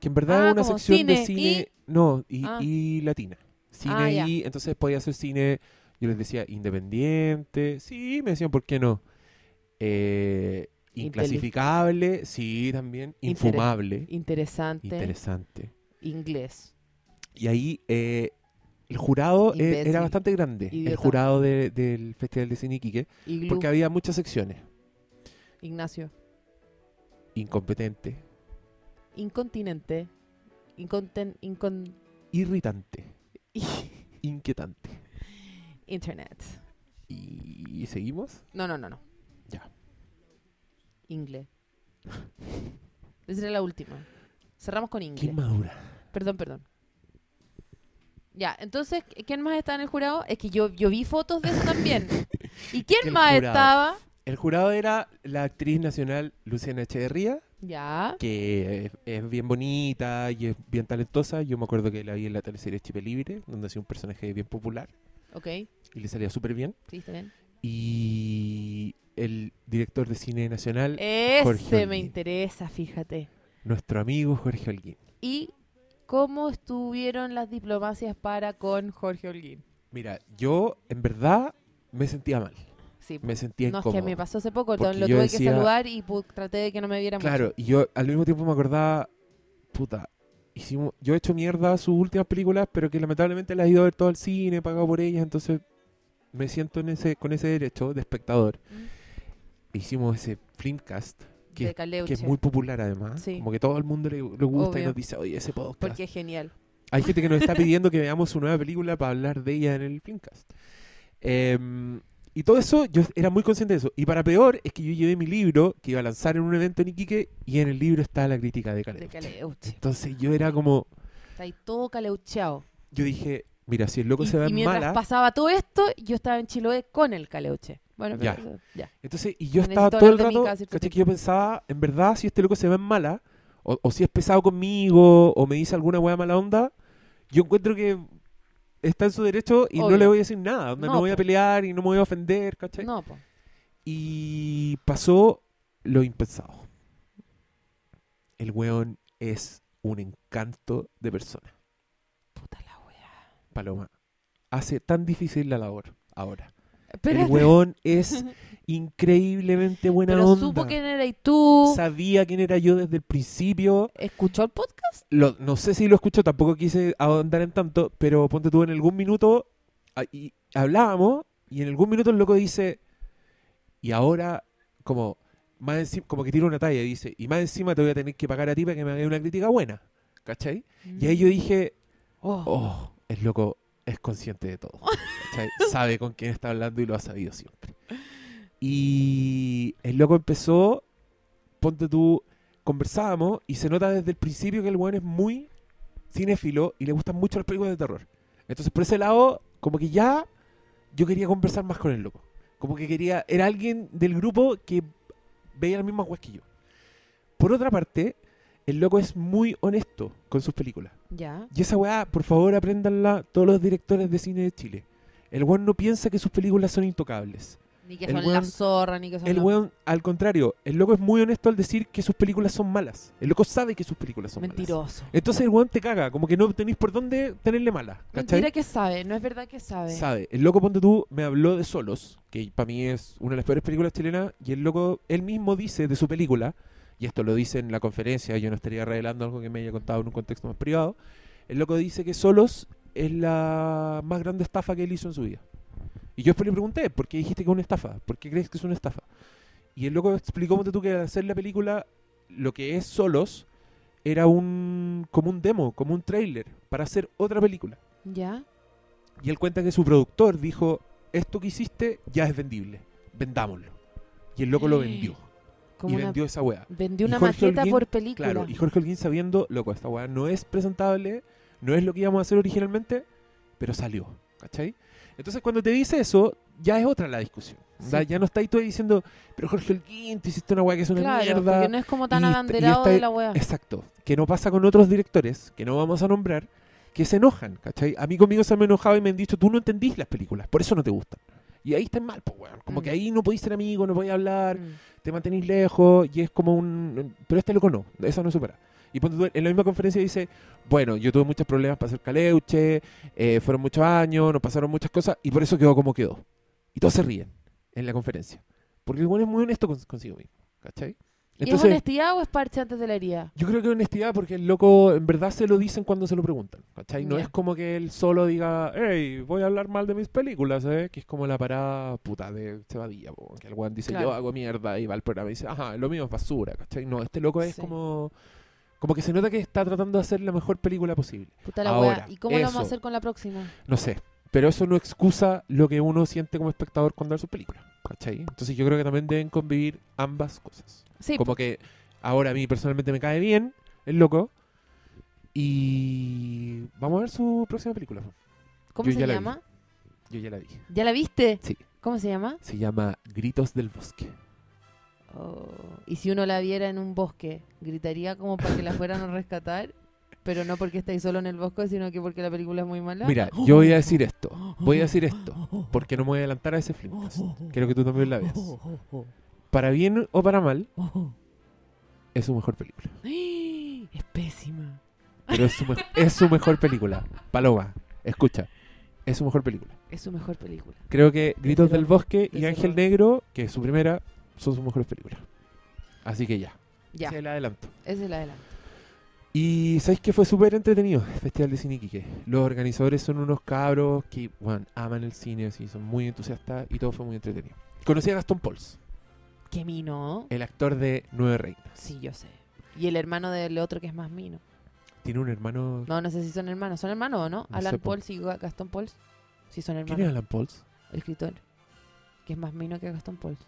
Speaker 2: que en verdad
Speaker 1: Ah,
Speaker 2: es una
Speaker 1: como
Speaker 2: sección de
Speaker 1: cine
Speaker 2: cine, no, y,
Speaker 1: Ah.
Speaker 2: y latina. Cine
Speaker 1: Ah, ya.
Speaker 2: I, entonces podía hacer cine, yo les decía independiente, sí, me decían, ¿por qué no? Eh, Inclasificable, sí, también.
Speaker 1: Intere-
Speaker 2: Infumable.
Speaker 1: Interesante.
Speaker 2: Interesante.
Speaker 1: Inglés.
Speaker 2: Y ahí eh, el jurado eh,
Speaker 1: Imbécil.
Speaker 2: era bastante grande, el
Speaker 1: Idiota.
Speaker 2: jurado de- del Festival de Cine Iquique,
Speaker 1: Iglú.
Speaker 2: porque había muchas secciones.
Speaker 1: Ignacio.
Speaker 2: Incompetente,
Speaker 1: Incontinente. Inconten, incon...
Speaker 2: irritante, inquietante.
Speaker 1: Internet.
Speaker 2: ¿Y seguimos?
Speaker 1: No, no, no, no.
Speaker 2: Ya.
Speaker 1: Inglés. Esa era la última. Cerramos con
Speaker 2: Qué
Speaker 1: inglés.
Speaker 2: madura.
Speaker 1: Perdón, perdón. Ya, entonces, ¿quién más está en el jurado? Es que yo, yo vi fotos de eso también. ¿Y
Speaker 2: que
Speaker 1: quién
Speaker 2: el
Speaker 1: más
Speaker 2: jurado-
Speaker 1: estaba?
Speaker 2: El jurado era la actriz nacional Luciana Echeverría,
Speaker 1: Ya.
Speaker 2: que es, es bien bonita y es bien talentosa. Yo me acuerdo que la vi en la teleserie Chipe Libre, donde hacía un personaje bien popular
Speaker 1: Ok,
Speaker 2: y le salía súper bien.
Speaker 1: sí, está bien.
Speaker 2: Y el director de cine nacional,
Speaker 1: Eh. Ese me
Speaker 2: Olguín.
Speaker 1: interesa, fíjate.
Speaker 2: nuestro amigo Jorge Holguín.
Speaker 1: ¿Y cómo estuvieron las diplomacias para con Jorge Holguín?
Speaker 2: Mira, yo en verdad me sentía mal.
Speaker 1: Sí,
Speaker 2: Me sentía
Speaker 1: no, es
Speaker 2: incómodo.
Speaker 1: que me pasó hace poco,
Speaker 2: Porque
Speaker 1: lo
Speaker 2: yo
Speaker 1: tuve que
Speaker 2: decía-
Speaker 1: saludar y pu- traté de que no me viera mucho.
Speaker 2: Claro, y yo al mismo tiempo me acordaba, puta, hicimos, yo he hecho mierda sus últimas películas, pero que lamentablemente las he ido a ver todo al cine, he pagado por ellas, entonces me siento en ese, con ese derecho de espectador.
Speaker 1: Mm.
Speaker 2: Hicimos ese filmcast, que-
Speaker 1: de Caleuche,
Speaker 2: que es muy popular además,
Speaker 1: Sí.
Speaker 2: como que todo el mundo le, le gusta y
Speaker 1: Obvio.
Speaker 2: nos dice, oye, ese podcast.
Speaker 1: porque es genial.
Speaker 2: Hay gente que nos está pidiendo que veamos su nueva película para hablar de ella en el Filmcast. Em, y todo eso, yo era muy consciente de eso. Y para peor, es que yo llevé mi libro que iba a lanzar en un evento en Iquique y en el libro está la crítica de
Speaker 1: De
Speaker 2: Caleb.
Speaker 1: Caleuche.
Speaker 2: Entonces yo era como,
Speaker 1: Está ahí todo caleucheado.
Speaker 2: yo dije, mira, si el loco
Speaker 1: Y,
Speaker 2: se va
Speaker 1: y
Speaker 2: en
Speaker 1: mientras
Speaker 2: mala.
Speaker 1: pasaba todo esto, yo estaba en Chiloé con el caleuche. Bueno, pero
Speaker 2: Ya.
Speaker 1: eso- ya.
Speaker 2: Entonces, y yo
Speaker 1: Necesito
Speaker 2: estaba todo el
Speaker 1: hablar de
Speaker 2: rato,
Speaker 1: Mika a cierto
Speaker 2: ¿cachai? Que yo pensaba, en verdad, si este loco se va en mala, o, o si es pesado conmigo, o me dice alguna wea mala onda, yo encuentro que está en su derecho y no
Speaker 1: Obvio.
Speaker 2: le voy a decir nada. onda, No,
Speaker 1: No,
Speaker 2: voy a
Speaker 1: po.
Speaker 2: pelear y no me voy a ofender, ¿cachai?
Speaker 1: No, po.
Speaker 2: Y pasó lo impensado. El weón es un encanto de persona.
Speaker 1: Puta la wea.
Speaker 2: Paloma, hace tan difícil la labor ahora.
Speaker 1: Espérate,
Speaker 2: El weón es increíblemente buena
Speaker 1: pero
Speaker 2: onda.
Speaker 1: supo quién era y tú.
Speaker 2: Sabía quién era yo desde el principio.
Speaker 1: ¿Escuchó el podcast?
Speaker 2: Lo- no sé si lo escuchó, tampoco quise ahondar en tanto, pero ponte tú en algún minuto ah, y hablábamos y en algún minuto el loco dice y ahora como más enci- como que tira una talla y dice, y más encima te voy a tener que pagar a ti para que me hagas una crítica buena, ¿cachai? Y
Speaker 1: Mm.
Speaker 2: ahí yo dije,
Speaker 1: Oh.
Speaker 2: oh, el loco es consciente de todo, ¿cachai? Sabe con quién está hablando y lo ha sabido siempre. Y el loco empezó, ponte tú, conversábamos y se nota desde el principio que el weón es muy cinéfilo y le gustan mucho las películas de terror. Entonces por ese lado, como que ya yo quería conversar más con el loco. Como que quería, era alguien del grupo que veía las mismas weas que yo. Por otra parte, el loco es muy honesto con sus películas.
Speaker 1: Ya.
Speaker 2: Y esa weá, por favor, apréndanla todos los directores de cine de Chile. El weón no piensa que sus películas son intocables.
Speaker 1: Ni que
Speaker 2: El
Speaker 1: son
Speaker 2: weón-
Speaker 1: la zorra, ni que son
Speaker 2: El
Speaker 1: la-
Speaker 2: weón, al contrario, el loco es muy honesto al decir que sus películas son malas. El loco sabe que sus películas son malas.
Speaker 1: Mentiroso.
Speaker 2: Entonces el weón te caga, como que no tenéis por dónde tenerle mala.
Speaker 1: Mentira
Speaker 2: ¿Cachai?
Speaker 1: que sabe, no es verdad que sabe.
Speaker 2: Sabe. El loco, ponte tú, me habló de Solos, que para mí es una de las peores películas chilenas, y el loco, él mismo dice de su película, y esto lo dice en la conferencia, yo no estaría revelando algo que me haya contado en un contexto más privado, el loco dice que Solos es la más grande estafa que él hizo en su vida. Y yo después le pregunté, ¿por qué dijiste que es una estafa? ¿Por qué crees que es una estafa? Y el loco explicó, ponte tú, que al hacer la película, lo que es Solos era un como un demo, como un trailer, para hacer otra película.
Speaker 1: Ya.
Speaker 2: Y él cuenta que su productor dijo, esto que hiciste ya es vendible, vendámoslo. Y el loco lo vendió.
Speaker 1: Como
Speaker 2: y
Speaker 1: una...
Speaker 2: vendió esa weá.
Speaker 1: Vendió
Speaker 2: y
Speaker 1: una
Speaker 2: Jorge
Speaker 1: maqueta
Speaker 2: Holguín,
Speaker 1: por película.
Speaker 2: Claro, y Jorge Holguín sabiendo, loco, esta weá no es presentable, no es lo que íbamos a hacer originalmente, pero salió, ¿cachai? Entonces cuando te dice eso, ya es otra la discusión.
Speaker 1: Sí.
Speaker 2: ¿verdad? Ya no está ahí tú diciendo, pero Jorge Holguín, te hiciste una weá que es una
Speaker 1: Claro,
Speaker 2: mierda.
Speaker 1: porque no es como tan
Speaker 2: y esta- y
Speaker 1: abanderado
Speaker 2: esta-
Speaker 1: de la wea.
Speaker 2: Exacto. Que no pasa con otros directores, que no vamos a nombrar, que se enojan, ¿cachai? A mí conmigo se han enojado y me han dicho, tú no entendís las películas, por eso no te gustan. Y ahí estás mal, pues, weón. Como
Speaker 1: Mm.
Speaker 2: que ahí no podís ser amigo, no podís hablar,
Speaker 1: Mm.
Speaker 2: te mantenís lejos, y es como un... Pero este loco no, eso no supera. Y ponte tú, en la misma conferencia dice, bueno, yo tuve muchos problemas para hacer Caleuche, eh, fueron muchos años, nos pasaron muchas cosas, y por eso quedó como quedó. Y todos se ríen en la conferencia. Porque el weón es muy honesto con- consigo mismo. ¿Cachai?
Speaker 1: ¿Y es
Speaker 2: Entonces,
Speaker 1: honestidad o es parche antes de la herida?
Speaker 2: yo creo que honestidad porque el loco en verdad se lo dicen cuando se lo preguntan, ¿cachai? No
Speaker 1: Ya.
Speaker 2: es como que él solo diga, hey, voy a hablar mal de mis películas, ¿eh? Que es como la parada puta de Cebadilla, po, que el weón dice,
Speaker 1: Claro.
Speaker 2: yo hago mierda y va al programa y dice, ajá, lo mío es basura, ¿cachai? No, este loco es
Speaker 1: Sí.
Speaker 2: como... Como que se nota que está tratando de hacer la mejor película posible.
Speaker 1: Puta la
Speaker 2: Ahora,
Speaker 1: weá. ¿Y cómo lo vamos a
Speaker 2: eso.
Speaker 1: hacer con la próxima?
Speaker 2: No sé. Pero eso no excusa lo que uno siente como espectador cuando ve sus películas. ¿Cachai? Entonces yo creo que también deben convivir ambas cosas.
Speaker 1: Sí,
Speaker 2: Como que ahora a mí personalmente me cae bien el loco. Y vamos a ver su próxima película.
Speaker 1: ¿cómo
Speaker 2: yo ya
Speaker 1: se
Speaker 2: la vi.
Speaker 1: llama?
Speaker 2: Yo ya la vi.
Speaker 1: ¿Ya la viste?
Speaker 2: Sí.
Speaker 1: ¿Cómo se llama?
Speaker 2: Se llama Gritos del Bosque.
Speaker 1: Oh, Y si uno la viera en un bosque, gritaría como para que la fueran a rescatar, pero no porque estáis solo en el bosque, sino que porque la película es muy mala.
Speaker 2: Mira, yo voy a decir esto. Voy a decir esto. Porque no me voy a adelantar a ese film. Quiero que tú también la veas. Para bien o para mal, es su mejor película.
Speaker 1: Oh, ¡Ah! Es pésima.
Speaker 2: Pero es su, me- es su mejor película. Paloma, escucha. Es su mejor película.
Speaker 1: Es su mejor película.
Speaker 2: Creo que Gritos
Speaker 1: terror,
Speaker 2: del Bosque
Speaker 1: de
Speaker 2: y Ángel
Speaker 1: terror.
Speaker 2: Negro, que es su primera, son sus mejores películas. Así que ya.
Speaker 1: Ya,
Speaker 2: Se la adelanto.
Speaker 1: esa es la adelante.
Speaker 2: Y sabéis que fue súper entretenido el Festival de Cine Iquique. Los organizadores son unos cabros que bueno, aman el cine, así, son muy entusiastas y todo fue muy entretenido. Conocí a Gastón Pauls,
Speaker 1: Qué mino.
Speaker 2: el actor de Nueve Reinas.
Speaker 1: Sí, yo sé. Y el hermano del otro que es más mino.
Speaker 2: Tiene un hermano.
Speaker 1: No, no sé si son hermanos. ¿Son hermanos o no?
Speaker 2: No
Speaker 1: Alan
Speaker 2: sé, po.
Speaker 1: Pauls y Ga- Gastón Pauls. Sí, son
Speaker 2: ¿Quién es
Speaker 1: hermanos.
Speaker 2: Alan Pauls?
Speaker 1: El escritor. Que es más mino que Gastón Pauls.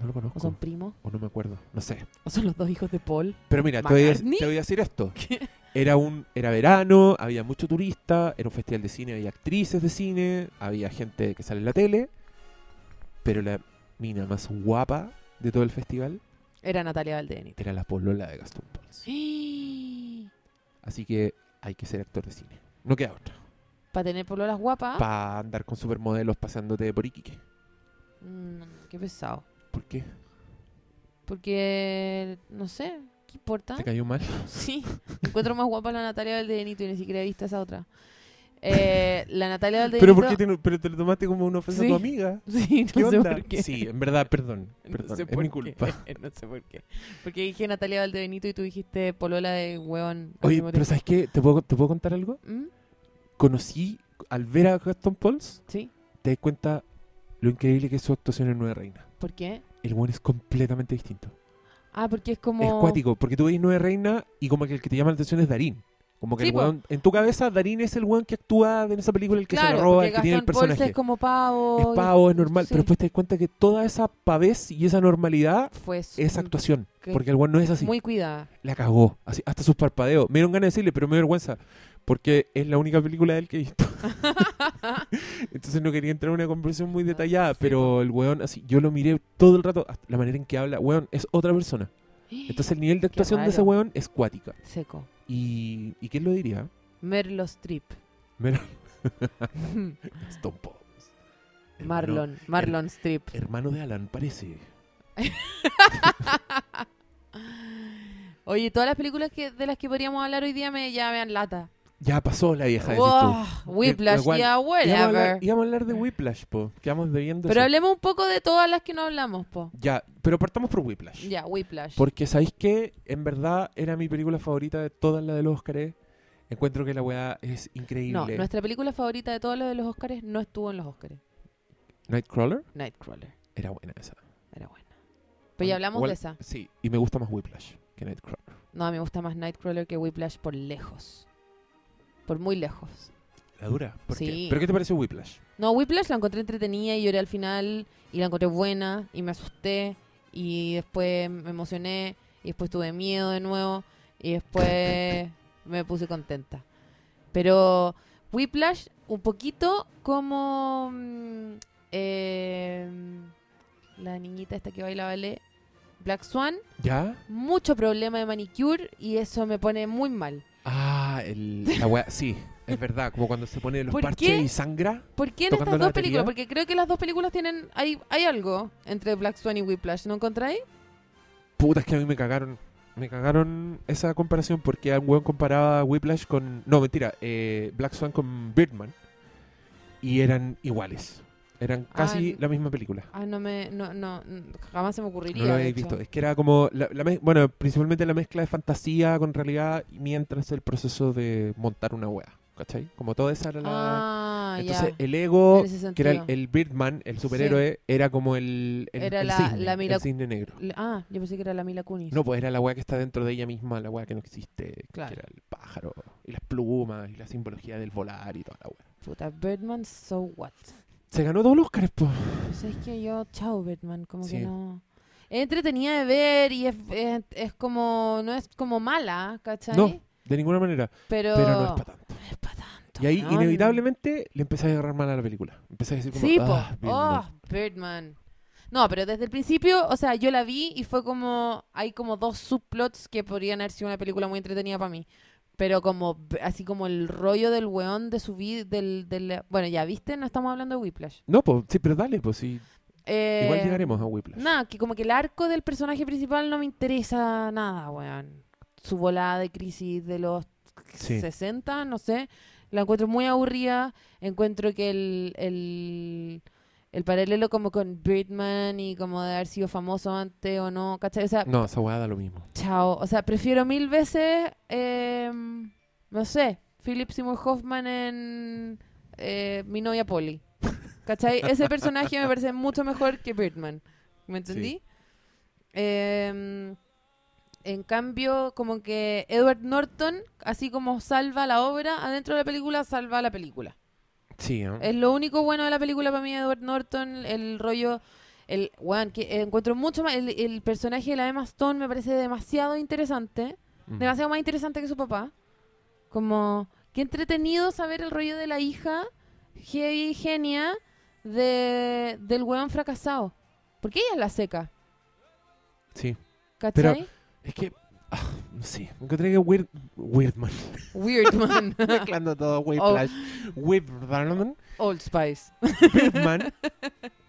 Speaker 2: No lo conozco.
Speaker 1: ¿O son primos?
Speaker 2: o no me acuerdo. No sé.
Speaker 1: ¿O son los dos hijos de Paul?
Speaker 2: Pero mira, te voy, a,
Speaker 1: ¿McCartney?
Speaker 2: te voy a decir esto.
Speaker 1: ¿Qué?
Speaker 2: Era un era verano, había mucho turista, era un festival de cine, había actrices de cine, había gente que sale en la tele, pero la mina más guapa de todo el festival
Speaker 1: Era Natalia Valdenita.
Speaker 2: era la polola de Gastón Pauls.
Speaker 1: Para
Speaker 2: Así que hay que ser actor de cine. No queda otra.
Speaker 1: tener pololas guapas.
Speaker 2: Para andar con supermodelos pasándote por Iquique.
Speaker 1: Mm, qué pesado.
Speaker 2: ¿Por qué?
Speaker 1: Porque, no sé, ¿qué importa?
Speaker 2: ¿Te cayó mal?
Speaker 1: Sí, encuentro más guapa la Natalia Valdenito y ni siquiera he visto esa otra. Eh, la Natalia Valdenito...
Speaker 2: ¿Pero, por qué te, no- pero te lo tomaste como una ofensa
Speaker 1: Sí.
Speaker 2: a tu amiga?
Speaker 1: Sí,
Speaker 2: ¿Qué
Speaker 1: no sé
Speaker 2: onda?
Speaker 1: por qué.
Speaker 2: Sí, en verdad, perdón. perdón.
Speaker 1: no sé
Speaker 2: es
Speaker 1: por
Speaker 2: mi
Speaker 1: qué,
Speaker 2: culpa.
Speaker 1: No sé por qué. Porque dije Natalia Valdenito y tú dijiste polola de hueón. al
Speaker 2: Oye,
Speaker 1: mismo
Speaker 2: pero
Speaker 1: tiempo.
Speaker 2: ¿sabes qué? ¿Te puedo, ¿Te puedo contar algo?
Speaker 1: ¿Mm?
Speaker 2: conocí al ver a Gaston Pauls,
Speaker 1: Sí,
Speaker 2: te das cuenta lo increíble que es su actuación en Nueva Reina.
Speaker 1: ¿por qué?
Speaker 2: El buen es completamente distinto.
Speaker 1: Ah, porque es como...
Speaker 2: Es cuático, porque tú veis Nueva Reina y como que el que te llama la atención es Darín. Como que
Speaker 1: Sí,
Speaker 2: el
Speaker 1: po.
Speaker 2: weón- en tu cabeza Darín es el weón que actúa en esa película, el que se
Speaker 1: claro,
Speaker 2: la roba,
Speaker 1: porque
Speaker 2: el que tiene el
Speaker 1: Gastón Pauls
Speaker 2: personaje.
Speaker 1: es como pavo.
Speaker 2: es
Speaker 1: y-
Speaker 2: pavo, es normal,
Speaker 1: sí.
Speaker 2: pero después te das cuenta que toda esa pavés y esa normalidad
Speaker 1: Fue su-
Speaker 2: es actuación.
Speaker 1: que-
Speaker 2: Porque el weón no es así.
Speaker 1: muy cuidada.
Speaker 2: La cagó, así, hasta sus parpadeos. Me dieron ganas de decirle, pero me dio vergüenza, porque es la única película de él que he visto. Entonces no quería entrar en una conversación muy detallada,
Speaker 1: Ah, sí,
Speaker 2: pero el weón, así, yo lo miré todo el rato, hasta la manera en que habla, weón, es otra persona. Entonces el nivel de actuación de ese
Speaker 1: raro.
Speaker 2: weón es cuática.
Speaker 1: Seco.
Speaker 2: ¿Y, ¿y quién lo diría?
Speaker 1: Merlo Strip.
Speaker 2: Menos Stone Pauls. Hermano-
Speaker 1: Marlon. Marlon Strip.
Speaker 2: Hermano de Alan, parece.
Speaker 1: Oye, todas las películas que, de las que podríamos hablar hoy día me ya me dan lata.
Speaker 2: Ya pasó la vieja de
Speaker 1: Wow, Whiplash,
Speaker 2: Igual,
Speaker 1: ya,
Speaker 2: Íbamos a,
Speaker 1: whatever.
Speaker 2: hablar, íbamos a hablar de Whiplash, po. Quedamos debiendo
Speaker 1: Pero
Speaker 2: eso.
Speaker 1: hablemos un poco de todas las que no hablamos, po.
Speaker 2: Ya, pero partamos por Whiplash.
Speaker 1: Ya, Whiplash.
Speaker 2: Porque sabéis que en verdad era mi película favorita de todas las de los Óscares. Encuentro que la weá es increíble.
Speaker 1: No, nuestra película favorita de todas las de los Oscars no estuvo en los Oscars.
Speaker 2: Nightcrawler
Speaker 1: Nightcrawler.
Speaker 2: era buena esa.
Speaker 1: Era buena. Pero ya hablamos
Speaker 2: Igual-
Speaker 1: de esa.
Speaker 2: Sí, y me gusta más Whiplash que Nightcrawler.
Speaker 1: No, a mí me gusta más Nightcrawler que Whiplash por lejos. Por muy lejos.
Speaker 2: La dura. ¿Por
Speaker 1: Sí.
Speaker 2: qué? ¿Pero qué te pareció Whiplash?
Speaker 1: No, Whiplash la encontré entretenida y lloré al final y la encontré buena y me asusté y después me emocioné y después tuve miedo de nuevo y después me puse contenta. Pero Whiplash un poquito como mm, eh, la niñita esta que baila ballet, Black Swan,
Speaker 2: ¿Ya?
Speaker 1: mucho problema de manicure y eso me pone muy mal.
Speaker 2: Ah, el- la weá. sí, es verdad. Como cuando se pone los
Speaker 1: ¿Por
Speaker 2: parches
Speaker 1: qué?
Speaker 2: y sangra.
Speaker 1: ¿Por qué en
Speaker 2: Tocando la
Speaker 1: estas dos
Speaker 2: batería.
Speaker 1: películas? Porque creo que las dos películas tienen. Hay, hay algo entre Black Swan y Whiplash, ¿no encontráis?
Speaker 2: Puta, es que a mí me cagaron. Me cagaron esa comparación porque a un weón comparaba Whiplash con. No, mentira. eh, Black Swan con Birdman. Y eran iguales. Eran casi
Speaker 1: Ah,
Speaker 2: la misma película.
Speaker 1: Ah, no me. No, no, n- jamás se me ocurriría.
Speaker 2: No lo
Speaker 1: de
Speaker 2: habéis
Speaker 1: hecho.
Speaker 2: visto. Es que era como, la- la mez- bueno, principalmente la mezcla de fantasía con realidad mientras el proceso de montar una wea. ¿Cachai? Como toda esa era la...
Speaker 1: Ah,
Speaker 2: Entonces
Speaker 1: ya.
Speaker 2: el ego,
Speaker 1: en ese
Speaker 2: que era el,
Speaker 1: sentido.
Speaker 2: el Birdman, el superhéroe, era como el, el,
Speaker 1: Era
Speaker 2: el
Speaker 1: la-
Speaker 2: cisne,
Speaker 1: la mira-
Speaker 2: el cisne negro.
Speaker 1: Le- Ah, yo pensé que era la Mila Kunis.
Speaker 2: No, pues era la weá que está dentro de ella misma, la weá que no existe,
Speaker 1: Claro.
Speaker 2: que era el pájaro, y las plumas, y la simbología del volar y toda la weá.
Speaker 1: Puta, Birdman, so what.
Speaker 2: Se ganó todos los Oscars, po.
Speaker 1: Pues es que yo, chao Birdman, como que
Speaker 2: Sí.
Speaker 1: no. Es entretenida de ver y es, es, es como. No es como mala, ¿cachai?
Speaker 2: No, de ninguna manera,
Speaker 1: pero.
Speaker 2: pero no es para tanto.
Speaker 1: no es pa' tanto,
Speaker 2: Y ahí,
Speaker 1: weón.
Speaker 2: inevitablemente, le empecé a agarrar mal a la película. Empecé a decir como,
Speaker 1: Sí, po.
Speaker 2: "Ah,
Speaker 1: oh,
Speaker 2: Birdman".
Speaker 1: Birdman. No, pero desde el principio, o sea, yo la vi y fue como. Hay como dos subplots que podrían haber sido una película muy entretenida para mí. Pero como. b- Así como el rollo del weón de su vida. Del, del- bueno, ya viste, no estamos hablando de Whiplash.
Speaker 2: No, pues, sí, pero dale, pues sí.
Speaker 1: Eh,
Speaker 2: Igual llegaremos a Whiplash.
Speaker 1: Nada, que como que el arco del personaje principal no me interesa nada, weón. Su volada de crisis de los
Speaker 2: Sí.
Speaker 1: 60, no sé. La encuentro muy aburrida. Encuentro que el, el, el paralelo como con Birdman y como de haber sido famoso antes o no, ¿cachai? O sea,
Speaker 2: No, esa weá da lo mismo.
Speaker 1: chao. O sea, prefiero mil veces, em, no sé, Philip Seymour Hoffman en eh, Mi novia Polly. ¿Cachai? Ese personaje me parece mucho mejor que Birdman. ¿Me entendí? Em, en cambio, como que Edward Norton, así como salva la obra, adentro de la película salva la película.
Speaker 2: Sí, ¿ah? ¿no?
Speaker 1: Es lo único bueno de la película para mí, Edward Norton, el rollo, el weón, que encuentro mucho más, el, el personaje de la Emma Stone me parece demasiado interesante,
Speaker 2: Mm.
Speaker 1: demasiado más interesante que su papá. Como, qué entretenido saber el rollo de la hija, heavy, genia, de, del weón fracasado. Porque ella es la seca,
Speaker 2: Sí.
Speaker 1: ¿cachai?
Speaker 2: Es que, ah, no sé. Encontré que Weird, Weirdman.
Speaker 1: Weird man,
Speaker 2: Mezclando todo
Speaker 1: Oh.
Speaker 2: Whiplash. Weirdman.
Speaker 1: Old Spice.
Speaker 2: Birdman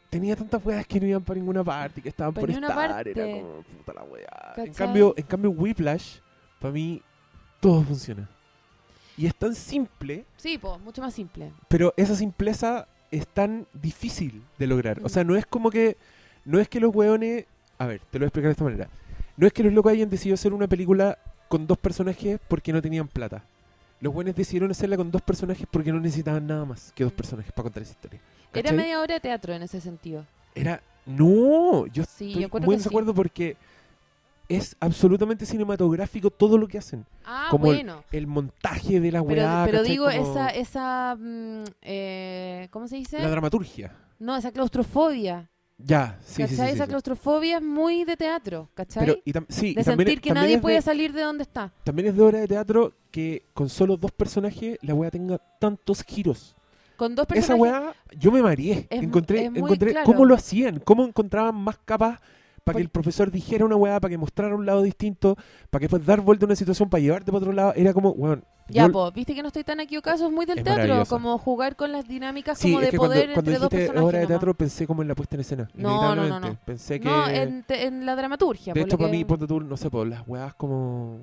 Speaker 2: tenía tantas weas que no iban para ninguna parte, que estaban
Speaker 1: Pa'
Speaker 2: por
Speaker 1: ninguna
Speaker 2: estar,
Speaker 1: parte.
Speaker 2: era como puta la wea. En
Speaker 1: ¿Cachai?
Speaker 2: cambio, en cambio Whiplash, para mí, todo funciona. Y es tan simple,
Speaker 1: Sí, po, mucho más simple.
Speaker 2: pero esa simpleza es tan difícil de lograr. O
Speaker 1: Mm.
Speaker 2: sea, no es como que. No es que los weones. A ver, te lo voy a explicar de esta manera. No es que los locos hayan decidido hacer una película con dos personajes porque no tenían plata. Los weones decidieron hacerla con dos personajes porque no necesitaban nada más que dos personajes para contar esa historia.
Speaker 1: Era
Speaker 2: ¿Cachai?
Speaker 1: media hora de teatro en ese sentido.
Speaker 2: Era. No, yo
Speaker 1: Sí,
Speaker 2: estoy
Speaker 1: yo acuerdo
Speaker 2: muy
Speaker 1: que
Speaker 2: en
Speaker 1: sí.
Speaker 2: desacuerdo porque es absolutamente cinematográfico todo lo que hacen.
Speaker 1: Ah,
Speaker 2: Como el-
Speaker 1: bueno.
Speaker 2: El montaje de la
Speaker 1: Pero,
Speaker 2: weá.
Speaker 1: pero
Speaker 2: ¿cachai?
Speaker 1: digo,
Speaker 2: Como
Speaker 1: esa, esa mm, eh, ¿cómo se dice?
Speaker 2: La dramaturgia.
Speaker 1: No, esa claustrofobia.
Speaker 2: Ya, sí, sí, sí,
Speaker 1: ¿Cachai?
Speaker 2: sí,
Speaker 1: esa
Speaker 2: sí.
Speaker 1: claustrofobia es muy de teatro, ¿cachai?
Speaker 2: Pero, y tam- sí,
Speaker 1: de
Speaker 2: y también,
Speaker 1: sentir que
Speaker 2: también
Speaker 1: nadie
Speaker 2: es
Speaker 1: puede
Speaker 2: de,
Speaker 1: salir de donde está.
Speaker 2: también es de obra de teatro que con solo dos personajes la weá tenga tantos giros.
Speaker 1: Con dos
Speaker 2: Esa
Speaker 1: personajes.
Speaker 2: weá, yo me mareé.
Speaker 1: Es mu-
Speaker 2: encontré
Speaker 1: es muy
Speaker 2: encontré
Speaker 1: claro.
Speaker 2: cómo lo hacían, cómo encontraban más capas para
Speaker 1: Por-
Speaker 2: que el profesor dijera una weá, para que mostrara un lado distinto, para que después dar vuelta a una situación, para llevarte para otro lado. Era como, weón.
Speaker 1: ya,
Speaker 2: yo-
Speaker 1: po, viste que no estoy tan equivocado, eso es muy del
Speaker 2: Es
Speaker 1: teatro,
Speaker 2: maravilloso.
Speaker 1: como jugar con las dinámicas
Speaker 2: Sí,
Speaker 1: como
Speaker 2: es
Speaker 1: de
Speaker 2: que
Speaker 1: poder
Speaker 2: cuando, cuando
Speaker 1: entre dos
Speaker 2: dijiste
Speaker 1: personajes.
Speaker 2: obra de
Speaker 1: nomás.
Speaker 2: teatro pensé como en la puesta en escena.
Speaker 1: No, no, no,
Speaker 2: inevitablemente.
Speaker 1: no.
Speaker 2: Pensé que.
Speaker 1: No, en, te- en la dramaturgia.
Speaker 2: de
Speaker 1: por lo
Speaker 2: hecho, para
Speaker 1: que-
Speaker 2: mí, ponte tú, no sé, por las weas como.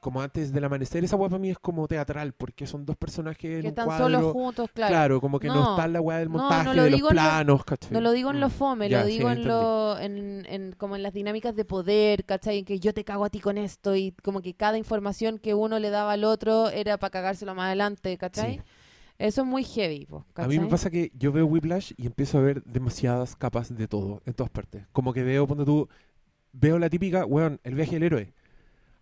Speaker 2: Como antes del amanecer, esa wea para mí es como teatral, porque son dos personajes en un
Speaker 1: que están
Speaker 2: cuadro.
Speaker 1: solos juntos, claro.
Speaker 2: claro. como que no,
Speaker 1: No.
Speaker 2: está la wea del
Speaker 1: No, no
Speaker 2: montaje,
Speaker 1: lo
Speaker 2: de
Speaker 1: digo
Speaker 2: los
Speaker 1: en lo-
Speaker 2: planos, ¿cachai?
Speaker 1: No lo digo en
Speaker 2: Mm.
Speaker 1: lo fome,
Speaker 2: Ya,
Speaker 1: lo
Speaker 2: sí,
Speaker 1: digo en
Speaker 2: entendí.
Speaker 1: lo en, en- como en las dinámicas de poder, ¿cachai? En que yo te cago a ti con esto y como que cada información que uno le daba al otro era para cagárselo más adelante, ¿cachai?
Speaker 2: Sí.
Speaker 1: Eso es muy heavy, po,
Speaker 2: A mí me
Speaker 1: ¿cachai?
Speaker 2: pasa que yo veo Whiplash y empiezo a ver demasiadas capas de todo, en todas partes. Como que veo, ponte tú, veo la típica, weón, el viaje del héroe.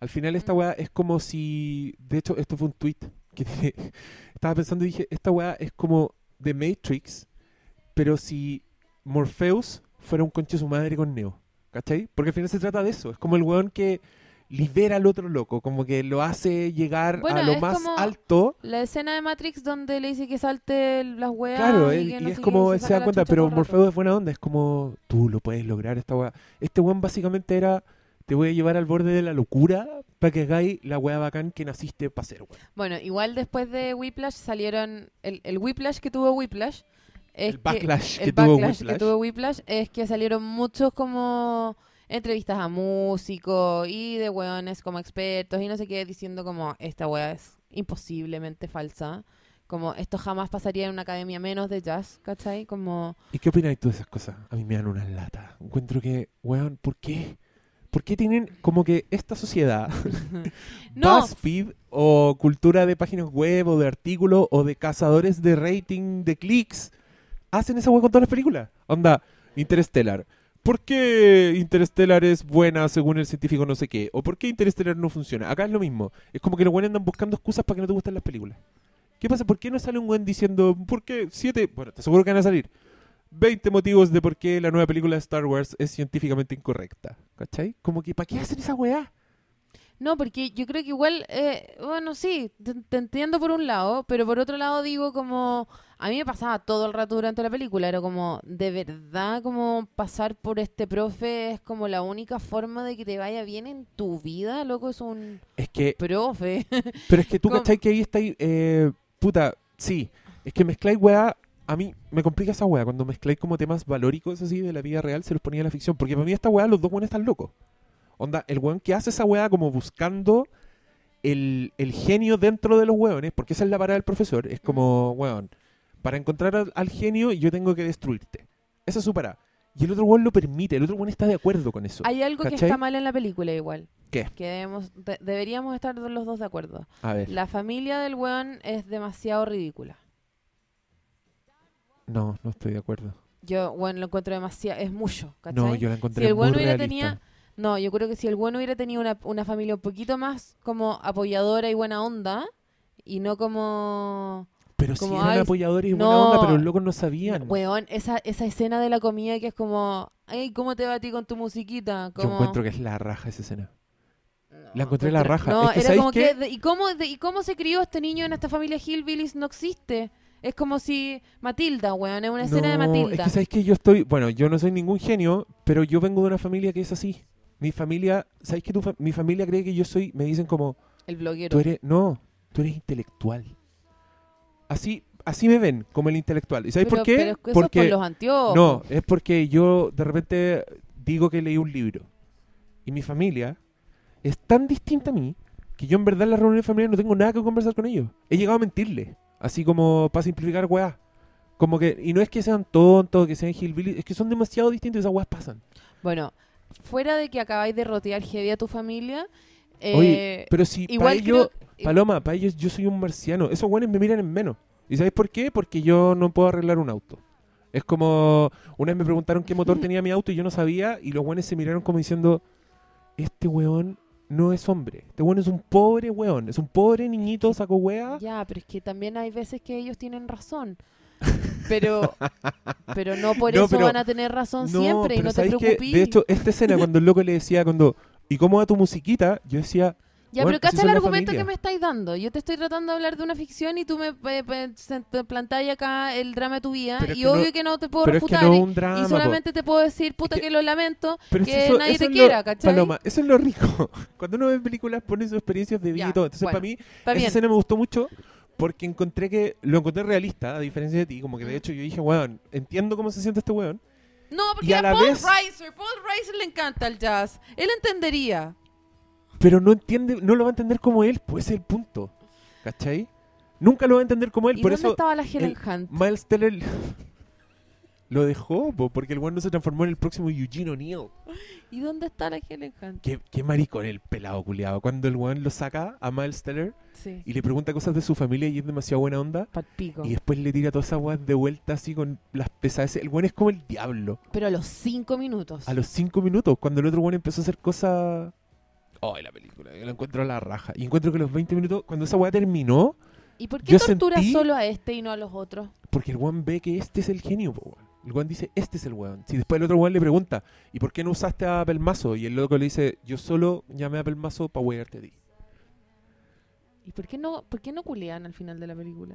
Speaker 2: Al final esta
Speaker 1: Mm.
Speaker 2: weá es como si, de hecho, esto fue un tweet que tiene, estaba pensando y dije, esta weá es como The Matrix, pero si Morpheus fuera un conche su madre con Neo, ¿cachai? Porque al final se trata de eso, es como el weón que libera al otro loco, como que lo hace llegar
Speaker 1: Bueno,
Speaker 2: a lo
Speaker 1: es
Speaker 2: más
Speaker 1: como-
Speaker 2: alto.
Speaker 1: La escena de Matrix donde le dice que salte el- las weas.
Speaker 2: Claro,
Speaker 1: y,
Speaker 2: él-
Speaker 1: que
Speaker 2: y
Speaker 1: no
Speaker 2: es
Speaker 1: sé qué,
Speaker 2: como
Speaker 1: y
Speaker 2: él se
Speaker 1: saca
Speaker 2: da
Speaker 1: la
Speaker 2: cuenta,
Speaker 1: chucha todo
Speaker 2: pero
Speaker 1: el
Speaker 2: Morfeo
Speaker 1: rato.
Speaker 2: es buena onda, es como tú lo puedes lograr esta weá. Este weón básicamente era te voy a llevar al borde de la locura para que hagáis la weá bacán que naciste para ser, weón.
Speaker 1: Bueno, igual después de Whiplash salieron. El, el Whiplash que tuvo Whiplash. Es
Speaker 2: El
Speaker 1: que-
Speaker 2: backlash que
Speaker 1: el
Speaker 2: tuvo
Speaker 1: backlash que
Speaker 2: Whiplash.
Speaker 1: tuvo Whiplash es que salieron muchos como entrevistas a músicos y de weones como expertos y no sé qué diciendo como esta wea es imposiblemente falsa Como esto jamás pasaría en una academia menos de jazz, ¿cachai? Como,
Speaker 2: ¿Y qué opináis tú de esas cosas? A mí me dan unas latas. Encuentro que, weón, ¿por qué? ¿Por qué tienen como que esta sociedad,
Speaker 1: no,
Speaker 2: BuzzFeed o cultura de páginas web o de artículos o de cazadores de rating, de clics, hacen esa hueá con todas las películas? Onda, Interstellar. ¿Por qué Interstellar es buena según el científico no sé qué? ¿O por qué Interstellar no funciona? Acá es lo mismo. Es como que los buenos andan buscando excusas para que no te gusten las películas. ¿Qué pasa? ¿Por qué no sale un buen diciendo, ¿por qué? Siete, bueno, te aseguro que van a salir. 20 motivos de por qué la nueva película de Star Wars es científicamente incorrecta. ¿Cachai? Como que, ¿para qué hacen esa weá?
Speaker 1: no, porque yo creo que igual, eh, bueno, sí, te, te entiendo por un lado, pero por otro lado digo como, a mí me pasaba todo el rato durante la película, era como, de verdad, como pasar por este profe es como la única forma de que te vaya bien en tu vida, loco, es un
Speaker 2: Es que
Speaker 1: profe.
Speaker 2: Pero es que tú,
Speaker 1: Como-
Speaker 2: ¿cachai? Que ahí está ahí, eh, puta, sí. Es que mezcláis weá. A mí me complica esa weá. Cuando mezcláis como temas valóricos así de la vida real, se los ponía a la ficción. Porque para mí esta weá, los dos weones están locos. Onda, el weón que hace esa weá como buscando el, el genio dentro de los weones, porque esa es la parada del profesor. Es como,
Speaker 1: Mm.
Speaker 2: weón, para encontrar al, al genio yo tengo que destruirte. Esa es su parada. Y el otro weón lo permite, el otro weón está de acuerdo con eso.
Speaker 1: Hay algo que
Speaker 2: ¿cachai?
Speaker 1: está mal en la película igual.
Speaker 2: ¿Qué?
Speaker 1: Que debemos, de- deberíamos estar los dos de acuerdo.
Speaker 2: A ver,
Speaker 1: La familia del weón es demasiado ridícula.
Speaker 2: no, no estoy de acuerdo.
Speaker 1: Yo, bueno, lo encuentro demasiado, es mucho, ¿cachai?
Speaker 2: No, yo la encontré
Speaker 1: si el
Speaker 2: muy
Speaker 1: bueno hubiera
Speaker 2: realista.
Speaker 1: tenía- No, yo creo que si el bueno hubiera tenido una, una familia un poquito más como apoyadora y buena onda, y no como...
Speaker 2: Pero si
Speaker 1: Como,
Speaker 2: eran
Speaker 1: "Ay,
Speaker 2: apoyadores y buena
Speaker 1: no".
Speaker 2: onda, pero los locos no sabían.
Speaker 1: Weón, esa, esa escena de la comida que es como... Ay, ¿cómo te va a ti con tu musiquita? Como...
Speaker 2: Yo encuentro que es la raja esa escena.
Speaker 1: No,
Speaker 2: la encontré la raja.
Speaker 1: No,
Speaker 2: Es que,
Speaker 1: era
Speaker 2: ¿sabes
Speaker 1: como
Speaker 2: qué?
Speaker 1: que... de- ¿y, cómo, de- ¿Y cómo se crió este niño en esta familia Hillbillies? No existe. Es como si... Matilda, weón, es una escena de
Speaker 2: No,
Speaker 1: Matilda.
Speaker 2: Es que sabes que yo estoy. Bueno, yo no soy ningún genio, pero yo vengo de una familia que es así. Mi familia. ¿Sabes que tu fa- mi familia cree que yo soy. Me dicen como.
Speaker 1: El
Speaker 2: Tú
Speaker 1: bloguero.
Speaker 2: eres. No, tú eres intelectual. Así, así me ven, como el intelectual. ¿Y sabes
Speaker 1: Pero-
Speaker 2: por qué?
Speaker 1: Pero es que eso es
Speaker 2: Porque.
Speaker 1: por los anteojos.
Speaker 2: No, es porque yo de repente digo que leí un libro. Y mi familia es tan distinta a mí que yo en verdad en las reuniones familiares no tengo nada que conversar con ellos. He llegado a mentirle. Así como para simplificar weá. Como que, y no es que sean tontos, que sean hillbillies, es que son demasiado distintos y esas weas pasan.
Speaker 1: Bueno, fuera de que acabáis de rotear heavy a tu familia,
Speaker 2: Oye,
Speaker 1: eh,
Speaker 2: pero si para
Speaker 1: igual
Speaker 2: ellos,
Speaker 1: creo que-
Speaker 2: Paloma, para ellos yo soy un marciano. Esos weones me miran en menos. ¿Y sabéis por qué? Porque yo no puedo arreglar un auto. Es como, una vez me preguntaron qué motor tenía mi auto y yo no sabía, y los weones se miraron como diciendo, este weón no es hombre, este weón es un pobre weón, es un pobre niñito, saco wea.
Speaker 1: ya, pero es que también hay veces que ellos tienen razón. Pero, pero no por
Speaker 2: No,
Speaker 1: eso
Speaker 2: pero-
Speaker 1: van a tener razón siempre y
Speaker 2: pero
Speaker 1: no te
Speaker 2: ¿sabéis qué?
Speaker 1: preocupes.
Speaker 2: De hecho, esta escena cuando el loco le decía, cuando, ¿y cómo va tu musiquita? Yo decía,
Speaker 1: ya,
Speaker 2: bueno,
Speaker 1: pero
Speaker 2: así
Speaker 1: cacha
Speaker 2: son
Speaker 1: el
Speaker 2: las
Speaker 1: argumento
Speaker 2: familias.
Speaker 1: que me estáis dando. Yo te estoy tratando de hablar de una ficción y tú me eh, pe- se- te plantáis acá el drama de tu vida
Speaker 2: Pero es
Speaker 1: y
Speaker 2: que
Speaker 1: obvio
Speaker 2: no-
Speaker 1: que no te puedo
Speaker 2: pero es que
Speaker 1: refutar.
Speaker 2: no es
Speaker 1: y-
Speaker 2: un drama.
Speaker 1: y
Speaker 2: po.
Speaker 1: solamente te puedo decir, puta,
Speaker 2: que-
Speaker 1: que, lo lamento,
Speaker 2: Pero si
Speaker 1: que
Speaker 2: eso-
Speaker 1: nadie
Speaker 2: eso
Speaker 1: te
Speaker 2: es lo-
Speaker 1: quiera, ¿cachai?
Speaker 2: Paloma, eso es lo rico. Cuando uno ve películas pone sus experiencias de vida
Speaker 1: Ya,
Speaker 2: y todo. Entonces,
Speaker 1: bueno.
Speaker 2: para mí,
Speaker 1: Está
Speaker 2: Esa
Speaker 1: bien.
Speaker 2: escena me gustó mucho porque encontré que lo encontré realista, a diferencia de ti. Como que de
Speaker 1: Mm.
Speaker 2: hecho yo dije, weón, entiendo cómo se siente este weón.
Speaker 1: No,
Speaker 2: Y
Speaker 1: porque
Speaker 2: a
Speaker 1: a
Speaker 2: la
Speaker 1: Paul
Speaker 2: vez-
Speaker 1: Reiser, Paul Reiser le encanta el jazz. Él entendería.
Speaker 2: Pero no entiende, no lo va a entender como él, pues ese es el punto. ¿Cachai? Nunca lo va a entender como él.
Speaker 1: ¿Y
Speaker 2: Por
Speaker 1: dónde
Speaker 2: eso
Speaker 1: estaba la Helen Hunt?
Speaker 2: Miles Teller lo dejó, po, porque el weón no se transformó en el próximo Eugene O'Neill.
Speaker 1: ¿Y dónde está la Helen Hunt?
Speaker 2: Qué, qué maricón el pelado culiado. Cuando el weón lo saca a Miles Teller
Speaker 1: Sí,
Speaker 2: y le pregunta cosas de su familia y es demasiado buena onda.
Speaker 1: pa'l pico.
Speaker 2: Y después le tira todas esas weas de vuelta así con las pesadas. El weón es como el diablo.
Speaker 1: Pero a los cinco minutos.
Speaker 2: A los cinco minutos, cuando el otro weón empezó a hacer cosas. Ay, la película, yo la encuentro a la raja. Y encuentro que los 20 minutos, cuando esa weá terminó,
Speaker 1: ¿Y por qué
Speaker 2: yo
Speaker 1: tortura
Speaker 2: sentí-
Speaker 1: solo a este y no a los otros?
Speaker 2: porque el weón ve que este es el genio, po, weón. El weón dice, este es el weón. Si después el otro weón le pregunta, ¿y por qué no usaste a Pelmazo? Y el loco le dice, yo solo llamé a Pelmazo para wearte a ti.
Speaker 1: ¿Y por qué no, por qué no culean al final de la película?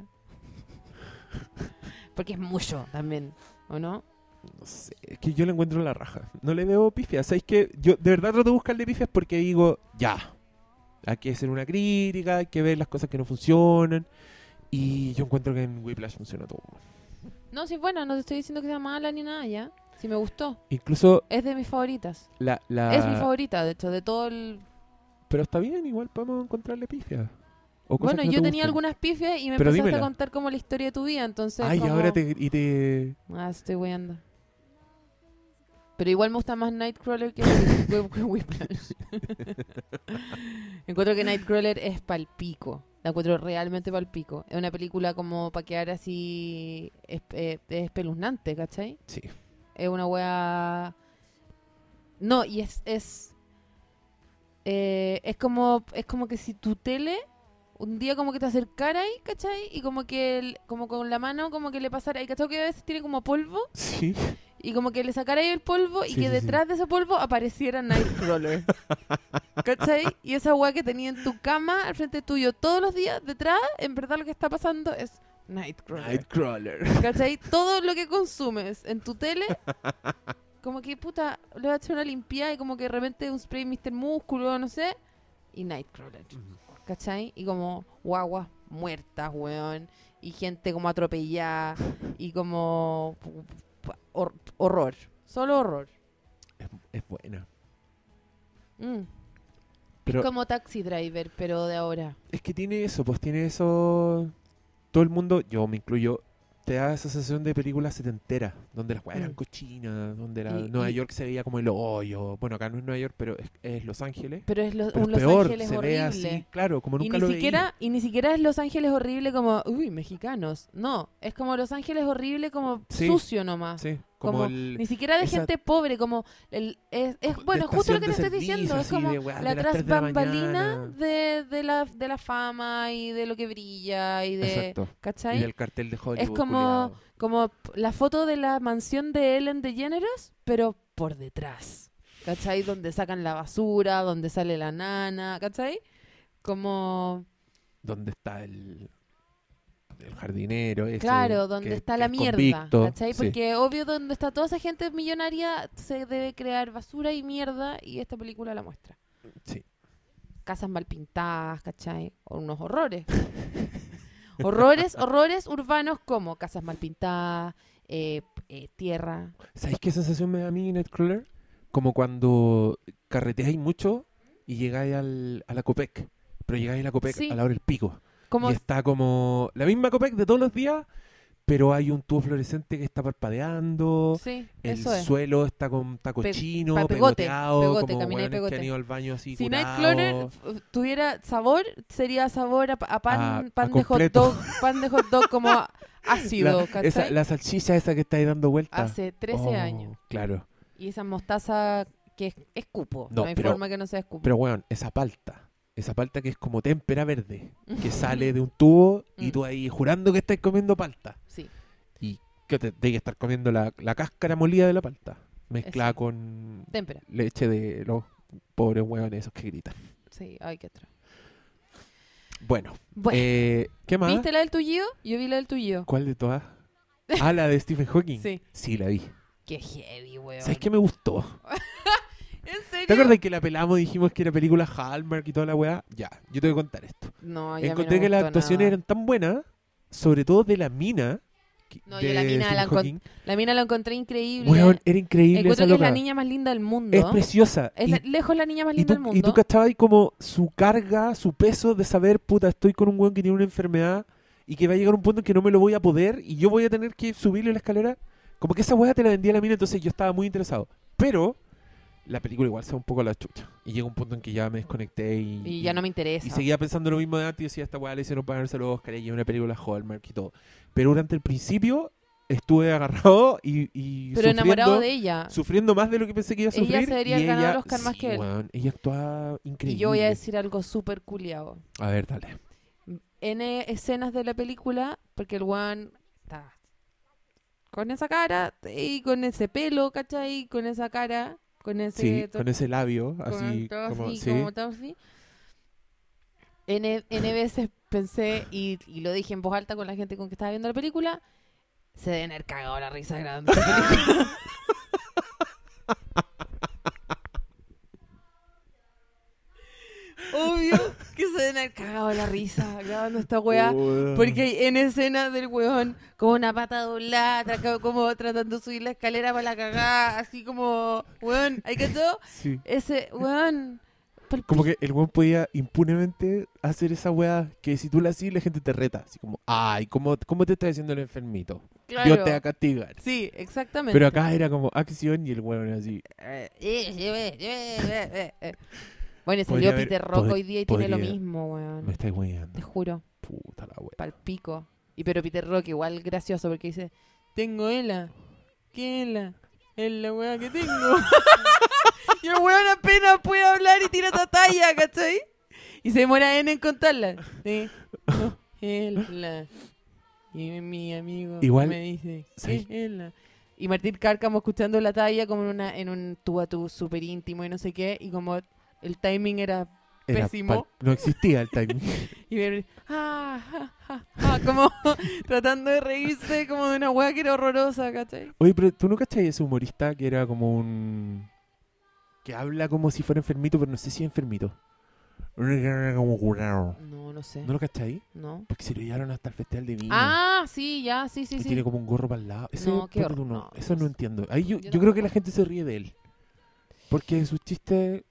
Speaker 1: porque es mucho también, ¿o no?
Speaker 2: No sé, es que yo le encuentro la raja. No le veo pifias. ¿Sabes que Yo de verdad trato de buscarle pifias porque digo, ya. Hay que hacer una crítica, hay que ver las cosas que no funcionan. Y yo encuentro que en Whiplash funciona todo.
Speaker 1: No, sí, bueno, no te estoy diciendo que sea mala ni nada, ya. Sí me gustó.
Speaker 2: Incluso
Speaker 1: Es de mis favoritas.
Speaker 2: la... la-
Speaker 1: Es mi favorita, de hecho, de todo el...
Speaker 2: Pero está bien, igual podemos encontrarle pifia. O cosas
Speaker 1: Bueno,
Speaker 2: que no
Speaker 1: yo
Speaker 2: te
Speaker 1: tenía
Speaker 2: gusten.
Speaker 1: algunas pifias y me
Speaker 2: Pero
Speaker 1: empezaste a
Speaker 2: dímela.
Speaker 1: contar como la historia de tu vida, entonces
Speaker 2: Ay,
Speaker 1: como-
Speaker 2: ahora te, y te...
Speaker 1: Ah, estoy weando. Pero igual me gusta más Nightcrawler que Whi- Whi- Whi- Whiplash. encuentro que Nightcrawler es palpico. La encuentro realmente palpico. Es una película como para quedar así... Es, eh, es espeluznante, ¿cachai?
Speaker 2: Sí.
Speaker 1: Es una wea. No, y es. Es, eh, es como es como que si tu tele un día como que te acercara ahí, ¿cachai? Y como que el- como con la mano como que le pasara. Y ¿cachai? Que a veces tiene como polvo.
Speaker 2: Sí.
Speaker 1: Y como que le sacara ahí el polvo y
Speaker 2: Sí,
Speaker 1: que
Speaker 2: sí, sí.
Speaker 1: detrás de ese polvo apareciera Nightcrawler. ¿Cachai? Y esa weá que tenía en tu cama, al frente tuyo, todos los días, detrás, en verdad lo que está pasando es Nightcrawler.
Speaker 2: Nightcrawler.
Speaker 1: ¿Cachai? Todo lo que consumes en tu tele, como que puta, le voy a echar una limpiada y como que de repente un spray Mr. Músculo, no sé, y Nightcrawler. ¿Cachai? Y como guaguas muertas, weón, y gente como atropellada, y como pu- pu- hor- horror, solo horror.
Speaker 2: Es, es buena.
Speaker 1: Mm.
Speaker 2: Pero
Speaker 1: Como Taxi Driver, pero de ahora.
Speaker 2: es que tiene eso, pues tiene eso... Todo el mundo, yo me incluyo, te da esa sensación de película setentera, donde las weas eran
Speaker 1: Mm.
Speaker 2: cochinas, donde la,
Speaker 1: Y-
Speaker 2: Nueva
Speaker 1: y-
Speaker 2: York se veía como el hoyo. Bueno, acá no es Nueva York, pero es, es Los Ángeles.
Speaker 1: Pero es lo-
Speaker 2: Pero
Speaker 1: un
Speaker 2: es
Speaker 1: Los
Speaker 2: peor,
Speaker 1: Ángeles
Speaker 2: se
Speaker 1: horrible.
Speaker 2: ve así, claro, como
Speaker 1: Y
Speaker 2: Pues nunca
Speaker 1: ni,
Speaker 2: lo
Speaker 1: siquiera, y ni siquiera es Los Ángeles horrible como, uy, mexicanos. No, es como Los Ángeles horrible como
Speaker 2: Sí.
Speaker 1: sucio
Speaker 2: veía.
Speaker 1: nomás.
Speaker 2: Sí, como,
Speaker 1: Como
Speaker 2: el...
Speaker 1: ni siquiera de
Speaker 2: esa-
Speaker 1: gente pobre, como... el- es, es-
Speaker 2: como
Speaker 1: bueno,
Speaker 2: de
Speaker 1: justo
Speaker 2: estación
Speaker 1: lo que
Speaker 2: de
Speaker 1: te estoy
Speaker 2: servicio,
Speaker 1: diciendo, es
Speaker 2: así,
Speaker 1: como
Speaker 2: de, weá, de
Speaker 1: la
Speaker 2: las tres de la mañana.
Speaker 1: trasbambalina de, de, la, de la fama y de lo que brilla y de...
Speaker 2: Exacto.
Speaker 1: ¿Cachai?
Speaker 2: Y del cartel de Hollywood.
Speaker 1: como-
Speaker 2: culiao.
Speaker 1: Como p- la foto de la mansión de Ellen DeGeneres, pero por detrás. ¿Cachai? Donde sacan la basura, donde sale la nana, ¿cachai? Como...
Speaker 2: donde está el, el jardinero. ese
Speaker 1: Claro, donde
Speaker 2: que-
Speaker 1: está
Speaker 2: que
Speaker 1: la
Speaker 2: es
Speaker 1: mierda,
Speaker 2: convicto,
Speaker 1: ¿cachai?
Speaker 2: sí.
Speaker 1: Porque obvio donde está toda esa gente millonaria se debe crear basura y mierda y esta película la muestra.
Speaker 2: Sí.
Speaker 1: Casas mal pintadas, ¿cachai? O unos horrores. horrores, horrores urbanos como casas mal pintadas, eh, eh, tierra.
Speaker 2: ¿Sabéis qué sensación me da a mí Nightcrawler? Como cuando carreteáis mucho y llegáis al, a la Copec. Pero llegáis a la Copec
Speaker 1: Sí.
Speaker 2: a la hora del pico.
Speaker 1: Como
Speaker 2: Y está como la misma Copec de todos los días, pero hay un tubo fluorescente que está parpadeando.
Speaker 1: sí,
Speaker 2: El
Speaker 1: eso es.
Speaker 2: suelo está con taco
Speaker 1: Pe-
Speaker 2: chino,
Speaker 1: pa- pegote,
Speaker 2: pegoteado,
Speaker 1: pegote,
Speaker 2: como
Speaker 1: camináis
Speaker 2: hueones
Speaker 1: pegote.
Speaker 2: que han ido al baño así
Speaker 1: Si
Speaker 2: curados.
Speaker 1: Nightcrawler f- tuviera sabor, sería sabor a, pa- a pan,
Speaker 2: A- a
Speaker 1: pan de hot
Speaker 2: completo.
Speaker 1: dog, pan de hot dog como a- ácido,
Speaker 2: la,
Speaker 1: ¿cachai?
Speaker 2: esa- la salchicha esa que está ahí dando vueltas.
Speaker 1: Hace 13
Speaker 2: Oh,
Speaker 1: años.
Speaker 2: Claro.
Speaker 1: Y esa mostaza que es, es cupo. No,
Speaker 2: No,
Speaker 1: hay
Speaker 2: pero-
Speaker 1: forma que no sea escupo.
Speaker 2: Pero, weón, esa palta. Esa palta que es como témpera verde. Que sale de un tubo y
Speaker 1: Mm.
Speaker 2: tú ahí jurando que estás comiendo palta.
Speaker 1: Sí.
Speaker 2: Que te tienes que estar comiendo la, la cáscara molida de la palta. Mezclada
Speaker 1: Eso.
Speaker 2: con
Speaker 1: Témpera.
Speaker 2: leche de los pobres weones esos que gritan.
Speaker 1: Sí, ay, qué atroz.
Speaker 2: Bueno,
Speaker 1: Bueno,
Speaker 2: eh, ¿qué más?
Speaker 1: ¿viste la del tullido? Yo vi la del tullido.
Speaker 2: ¿Cuál de todas? Ah, la de Stephen Hawking.
Speaker 1: Sí.
Speaker 2: la vi.
Speaker 1: Qué heavy, weón.
Speaker 2: ¿Sabes qué me gustó?
Speaker 1: ¿En serio?
Speaker 2: ¿Te acuerdas que la pelamos y dijimos que era película Hallmark y toda la weá? Ya, yo te voy a contar esto.
Speaker 1: No, ya
Speaker 2: Encontré que las actuaciones eran tan buenas, sobre todo de la mina. que-
Speaker 1: No,
Speaker 2: de
Speaker 1: yo la mina
Speaker 2: Stephen
Speaker 1: la encon-
Speaker 2: Hawking.
Speaker 1: La mina la encontré increíble.
Speaker 2: Weón, era increíble
Speaker 1: Encuentro
Speaker 2: esa
Speaker 1: que es
Speaker 2: loca.
Speaker 1: la niña más linda del mundo.
Speaker 2: es preciosa.
Speaker 1: Es
Speaker 2: y,
Speaker 1: la- lejos la niña más
Speaker 2: y
Speaker 1: linda
Speaker 2: tú,
Speaker 1: del mundo.
Speaker 2: y tú cachabas ahí como su carga, su peso de saber, puta, estoy con un weón que tiene una enfermedad y que va a llegar un punto en que no me lo voy a poder y yo voy a tener que subirle la escalera. Como que esa weá te la vendía la mina, entonces yo estaba muy interesado. Pero la película igual se va un poco a la chucha. Y llega un punto en que ya me desconecté y,
Speaker 1: Y ya no me interesa.
Speaker 2: y seguía pensando lo mismo de antes y decía, esta weá le hicieron pagarse los Oscar y es una película Hallmark y todo. Pero durante el principio estuve agarrado y, y
Speaker 1: Pero enamorado
Speaker 2: sufriendo-
Speaker 1: de ella.
Speaker 2: sufriendo más de lo que pensé que iba a
Speaker 1: Ah. Ella
Speaker 2: sufrir.
Speaker 1: se debería
Speaker 2: y
Speaker 1: ganar
Speaker 2: ella,
Speaker 1: el Oscar más
Speaker 2: sí,
Speaker 1: que él.
Speaker 2: weón, ella actuaba increíble.
Speaker 1: Y yo voy a decir algo súper culiado.
Speaker 2: A ver, dale.
Speaker 1: en eh, escenas de la película, porque el one está con esa cara y con ese pelo, ¿cachai? Con esa cara, con ese...
Speaker 2: Sí,
Speaker 1: to-
Speaker 2: con ese labio,
Speaker 1: con
Speaker 2: así
Speaker 1: todo
Speaker 2: como,
Speaker 1: así,
Speaker 2: sí.
Speaker 1: como todo así. N, N veces E pensé, y, y lo dije en voz alta con la gente con que estaba viendo la película, se deben haber cagado la risa grande. Obvio que se deben haber cagado la risa grabando esta wea.
Speaker 2: Weón.
Speaker 1: Porque en escena del weón, con una pata doblada, tra- como tratando de subir la escalera para la cagada, así como, weón, ¿hay que todo?
Speaker 2: Sí.
Speaker 1: Ese, weón, pa'l
Speaker 2: Como que el weón podía impunemente hacer esa weá que si tú la haces la gente te reta. Así como, ay, ¿cómo, cómo te está diciendo el enfermito?
Speaker 1: Claro.
Speaker 2: Dios te va a castigar.
Speaker 1: Sí, exactamente.
Speaker 2: Pero acá era como acción y el weón así.
Speaker 1: Eh, eh, eh, eh, eh, eh, eh. Bueno, y
Speaker 2: Podría
Speaker 1: salió
Speaker 2: haber-
Speaker 1: Peter Rock
Speaker 2: pod-
Speaker 1: hoy día y tiene lo
Speaker 2: podría.
Speaker 1: mismo, weón.
Speaker 2: Me estáis
Speaker 1: Te
Speaker 2: weando.
Speaker 1: juro,
Speaker 2: Puta la weá.
Speaker 1: palpico. Y pero Peter Rock igual gracioso porque dice, tengo ELA. ¿Qué ELA? Es la weá que tengo. y el weón apenas puede hablar y tira esa talla, ¿cachai? Y se demora N en contarla. Sí. No, ELA. Y mi amigo
Speaker 2: Igual,
Speaker 1: me dice,
Speaker 2: ¿sabes?
Speaker 1: "¿Qué ELA? Y Martín Cárcamo escuchando la talla como en, una, en un tú a tú súper íntimo y no sé qué. Y como el timing era
Speaker 2: Era
Speaker 1: Pésimo.
Speaker 2: pal- No existía el timing.
Speaker 1: y ver, ah, ja, ja, ja, como tratando de reírse como de una weá que era horrorosa, ¿cachai?
Speaker 2: Oye, pero ¿tú no cachai ese humorista que era como un... Que habla como si fuera enfermito, pero no sé si es enfermito. Como curado.
Speaker 1: No, no sé.
Speaker 2: ¿No lo cachai?
Speaker 1: No.
Speaker 2: Porque se lo llevaron hasta el festival de viña.
Speaker 1: Ah, sí, ya, sí, sí,
Speaker 2: y
Speaker 1: sí.
Speaker 2: tiene como un gorro para el lado. Ese,
Speaker 1: No, qué
Speaker 2: ponte
Speaker 1: hor-
Speaker 2: tú, no,
Speaker 1: no,
Speaker 2: eso
Speaker 1: no
Speaker 2: no
Speaker 1: sé.
Speaker 2: entiendo. Ahí yo,
Speaker 1: Yo
Speaker 2: yo creo que
Speaker 1: tampoco.
Speaker 2: la gente se ríe de él. Porque sus chistes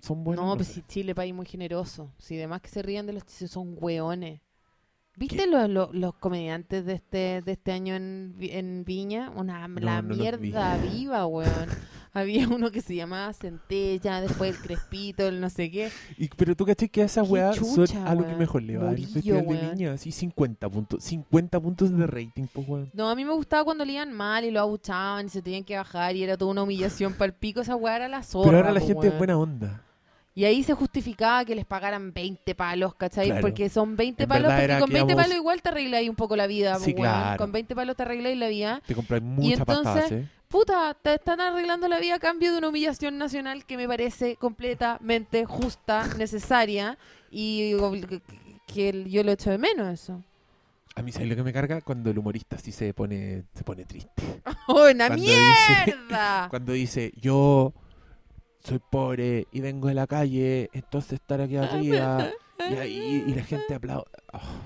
Speaker 2: son buenos.
Speaker 1: no,
Speaker 2: no
Speaker 1: pues
Speaker 2: sé.
Speaker 1: si Chile, país muy generoso. Si demás que se rían de los chistes son weones. ¿Viste los, los, los comediantes de este, de este año en, Vi- en Viña? Una
Speaker 2: No,
Speaker 1: la
Speaker 2: no los vi.
Speaker 1: mierda viva, weón. Había uno que se llamaba Centella, después el Crespito, el no sé qué.
Speaker 2: Y- pero tú cachai que a esa
Speaker 1: Qué
Speaker 2: weá son
Speaker 1: chucha,
Speaker 2: algo que
Speaker 1: weón.
Speaker 2: mejor le va. El
Speaker 1: Murillo,
Speaker 2: festival de
Speaker 1: weón. Mm.
Speaker 2: viña, así 50 puntos. 50 puntos de rating, pues weón.
Speaker 1: No, a mí me gustaba cuando le iban mal y lo abuchaban y se tenían que bajar y era toda una humillación para el pico. Esa weá era la zorra.
Speaker 2: pero ahora la
Speaker 1: po,
Speaker 2: gente es
Speaker 1: weón.
Speaker 2: buena onda.
Speaker 1: Y ahí se justificaba que les pagaran 20 palos, ¿cachai?
Speaker 2: Claro.
Speaker 1: Porque son 20
Speaker 2: En
Speaker 1: palos,
Speaker 2: verdad
Speaker 1: porque
Speaker 2: era
Speaker 1: con
Speaker 2: que
Speaker 1: 20
Speaker 2: íbamos-
Speaker 1: palos igual te arregláis un poco la vida,
Speaker 2: Sí,
Speaker 1: po, weón.
Speaker 2: claro.
Speaker 1: Con 20 palos te arregláis la vida.
Speaker 2: Te compras muchas
Speaker 1: entonces-
Speaker 2: patadas, ¿eh?
Speaker 1: Puta, te están arreglando la vida a cambio de una humillación nacional que me parece completamente justa, necesaria y obli- que yo lo echo de menos eso.
Speaker 2: A mí, ¿sabes lo que me carga? Cuando el humorista así se pone, se pone triste.
Speaker 1: ¡Oh, una
Speaker 2: Cuando dice-
Speaker 1: mierda!
Speaker 2: Cuando dice, yo soy pobre y vengo de la calle, entonces estar
Speaker 1: Ah,
Speaker 2: aquí arriba. Y, ahí- y la gente aplaude.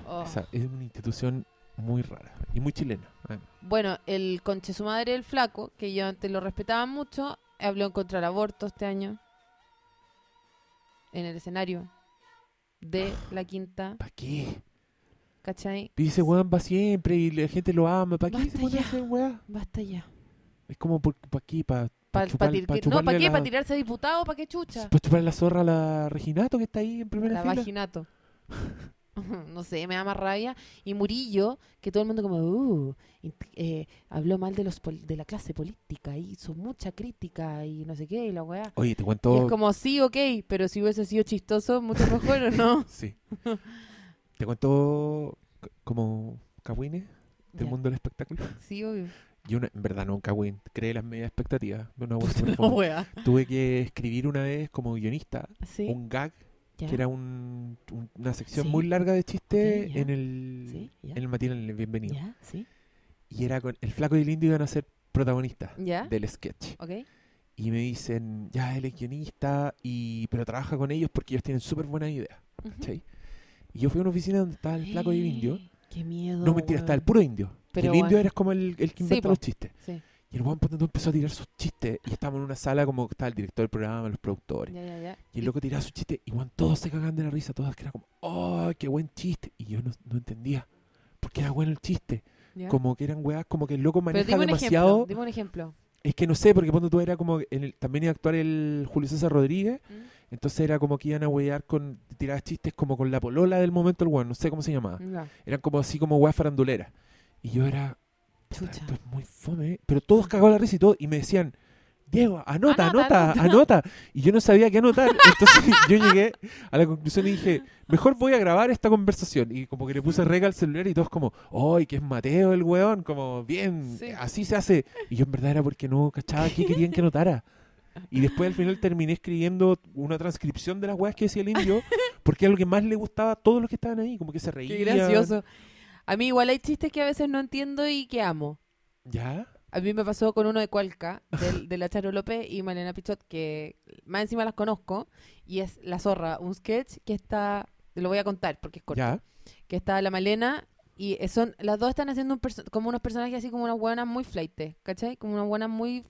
Speaker 1: Oh.
Speaker 2: Esa es una institución muy rara y muy chilena. Ah, además.
Speaker 1: Bueno, el conche su madre, el flaco, que yo antes lo respetaba mucho, habló en contra del aborto este año. En el escenario de la quinta,
Speaker 2: ¿Para qué?
Speaker 1: ¿cachai?
Speaker 2: Dice, weón, va siempre y la gente lo ama. ¿Para qué
Speaker 1: Basta
Speaker 2: se pone a
Speaker 1: ya.
Speaker 2: hacer weá?
Speaker 1: Basta ya.
Speaker 2: Es como, por- ¿para qué? ¿Para
Speaker 1: Pa-
Speaker 2: chupar-
Speaker 1: pa tir-
Speaker 2: pa
Speaker 1: que- no, ¿para
Speaker 2: chuparle
Speaker 1: qué?
Speaker 2: la-
Speaker 1: ¿Para tirarse a diputado? ¿Para qué chucha?
Speaker 2: pa chupar la zorra a la Reginato que está ahí en primera
Speaker 1: La
Speaker 2: fila?
Speaker 1: vaginato. no sé, me da más rabia. Y Murillo, que todo el mundo como, "Uh, int- eh, habló mal de, los pol- de la clase política, hizo mucha crítica y no sé qué, y la weá.
Speaker 2: Oye, te
Speaker 1: Y
Speaker 2: cuento...
Speaker 1: es como, sí, ok, pero si hubiese sido chistoso, mucho mejor, ¿o no?
Speaker 2: Sí. te cuento c- como cagüines del
Speaker 1: Ya,
Speaker 2: mundo del espectáculo.
Speaker 1: Sí, obvio.
Speaker 2: Yo no- en verdad no, un cagüín. Creé las medias expectativas de una weá súper
Speaker 1: No,
Speaker 2: fome.
Speaker 1: wea.
Speaker 2: Tuve que escribir una vez como guionista
Speaker 1: Sí,
Speaker 2: un gag
Speaker 1: ya.
Speaker 2: que era un- un- una sección
Speaker 1: Sí.
Speaker 2: muy larga de chistes
Speaker 1: Sí, ya.
Speaker 2: en el
Speaker 1: Sí, ya.
Speaker 2: en el matinal en el bienvenido
Speaker 1: Ya, sí.
Speaker 2: y era con el flaco y el indio iban a ser protagonistas
Speaker 1: Ya.
Speaker 2: del sketch
Speaker 1: Ok.
Speaker 2: y me dicen ya él es guionista y pero trabaja con ellos porque ellos tienen súper buenas ideas
Speaker 1: Ujú.
Speaker 2: ¿cachai? y yo fui a una oficina donde estaba el flaco y el indio
Speaker 1: Eh, Qué miedo.
Speaker 2: no mentira estaba el
Speaker 1: weón.
Speaker 2: puro indio
Speaker 1: Pero
Speaker 2: el indio
Speaker 1: bueno.
Speaker 2: era como el, el que
Speaker 1: Sí,
Speaker 2: inventa
Speaker 1: po.
Speaker 2: los chistes
Speaker 1: Sí,
Speaker 2: y el buen empezó a tirar sus chistes y estábamos en una sala como que estaba el director del programa los productores
Speaker 1: ya, ya, ya.
Speaker 2: Y el loco tiraba su chiste y weón, todos se cagaban de la risa, todos que era como, ¡oh, qué buen chiste! Y yo no, no entendía, porque era bueno el chiste.
Speaker 1: Ya.
Speaker 2: Como que eran weas, como que el loco
Speaker 1: Pero
Speaker 2: maneja
Speaker 1: dime un
Speaker 2: demasiado.
Speaker 1: ejemplo, dime un ejemplo.
Speaker 2: Es que no sé, porque cuando tú era como, en el- también iba a actuar el Julio César Rodríguez,
Speaker 1: ¿Mm?
Speaker 2: entonces era como que iban a wear con, tirar chistes como con la polola del momento el weón, no sé cómo se llamaba.
Speaker 1: Mm, Ya,
Speaker 2: Eran como así como weas faranduleras. Y yo era, "Puta,
Speaker 1: Chucha.
Speaker 2: esto es muy fome, ¿eh?". pero todos cagaban la risa y todo, y me decían, Diego, anota, anota,
Speaker 1: Anota,
Speaker 2: anota, Y yo no sabía qué anotar. Entonces yo llegué a la conclusión y dije, mejor voy a grabar esta conversación. Y como que le puse rega al celular y todos como, ¡ay, que es Mateo el weón! Como, bien,
Speaker 1: Sí.
Speaker 2: así se hace. Y yo en verdad era porque no cachaba qué querían que anotara. Y después al final terminé escribiendo una transcripción de las weas que decía el indio, porque era lo que más le gustaba a todos los que estaban ahí, como que se reían.
Speaker 1: Qué gracioso. A mí igual hay chistes que a veces no entiendo y que amo.
Speaker 2: ¿Ya?
Speaker 1: A mí me pasó con uno de Cualca, del, de la Charo López y Malena Pichot, que más encima las conozco, y es La Zorra, un sketch que está, lo voy a contar porque es corto,
Speaker 2: ¿Ya?
Speaker 1: que está la Malena y eh, son las dos están haciendo un perso- como unos personajes así como unas buenas muy flaites, ¿cachai? Como unas buenas muy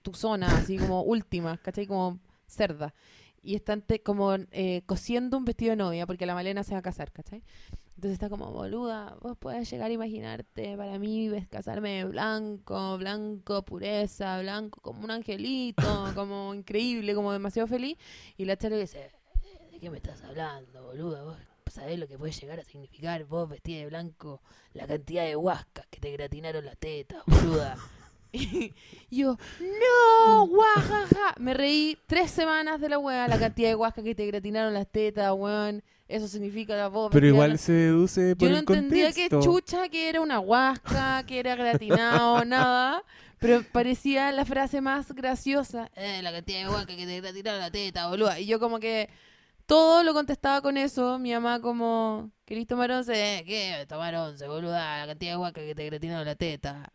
Speaker 1: tuzonas, así como últimas, ¿cachai? Como cerdas. y están te- como eh, cosiendo un vestido de novia porque la Malena se va a casar, ¿cachai? Entonces está como, boluda, vos puedes llegar a imaginarte, para mí ves casarme de blanco, blanco, pureza, blanco, como un angelito, como increíble, como demasiado feliz. Y la chale dice,
Speaker 3: eh, ¿De qué me estás hablando, boluda? Vos sabés lo que puede llegar a significar vos vestida de blanco, la cantidad de huascas que te gratinaron las tetas, boluda.
Speaker 1: Y yo, no, guajaja. Me reí tres semanas de la weá, la cantidad de guasca que te gratinaron las tetas, weón. Eso significa la voz.
Speaker 2: Pero
Speaker 1: vestida
Speaker 2: igual
Speaker 1: blan-
Speaker 2: se deduce por
Speaker 1: Yo no
Speaker 2: el
Speaker 1: entendía que
Speaker 2: contexto.
Speaker 1: chucha, que era una guasca, que era gratinado, nada. Pero parecía la frase más graciosa.
Speaker 3: Eh, la cantidad de huascas que te gratinaron las tetas,
Speaker 1: la
Speaker 3: boluda.
Speaker 1: boluda. Y yo como que todo lo contestaba con eso. Mi mamá como, ¿querís tomar once?
Speaker 3: Eh, ¿qué? Tomar once, boluda. La cantidad de huascas que te gratinaron las tetas.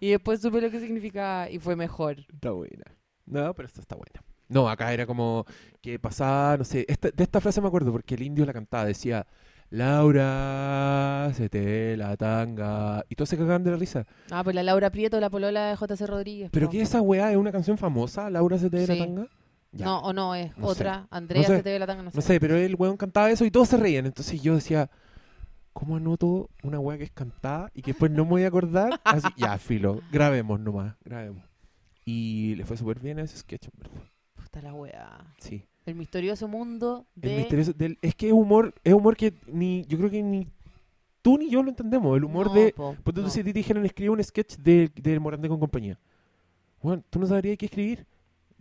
Speaker 1: Y después supe lo que significaba y fue mejor.
Speaker 2: Está buena. No, pero esta está buena. No, acá era como que pasaba, no sé, esta- de esta frase me acuerdo porque el indio la cantaba, decía, Laura, se te ve la tanga. Y todos se cagaban de la risa.
Speaker 1: Ah, pues la Laura Prieto, la polola de JC Rodríguez.
Speaker 2: ¿Pero
Speaker 1: po.
Speaker 2: qué esa weá? ¿Es una canción famosa? ¿Laura se te ve la
Speaker 1: Sí.
Speaker 2: tanga? Ya.
Speaker 1: No, o no es
Speaker 2: No sé.
Speaker 1: otra. Andrea
Speaker 2: No sé.
Speaker 1: se te ve la tanga, no sé.
Speaker 2: No sé, pero el weón cantaba eso y todos se reían. Entonces yo decía, ¿cómo anoto una weá que es cantada y que después no me voy a acordar? Así, ya, filo, grabemos nomás, grabemos. Y le fue súper bien a ese sketch, en verdad.
Speaker 1: Puta la weá.
Speaker 2: Sí.
Speaker 1: El misterioso mundo
Speaker 2: El
Speaker 1: de...
Speaker 2: misterioso del- es que es humor, es humor que ni, yo creo que ni tú ni yo lo entendemos. El humor
Speaker 1: No,
Speaker 2: de. pues,
Speaker 1: po,
Speaker 2: Ponte tú
Speaker 1: no.
Speaker 2: si te dijeron escribe un sketch de, de Morandé con compañía. Bueno, tú no sabrías qué escribir.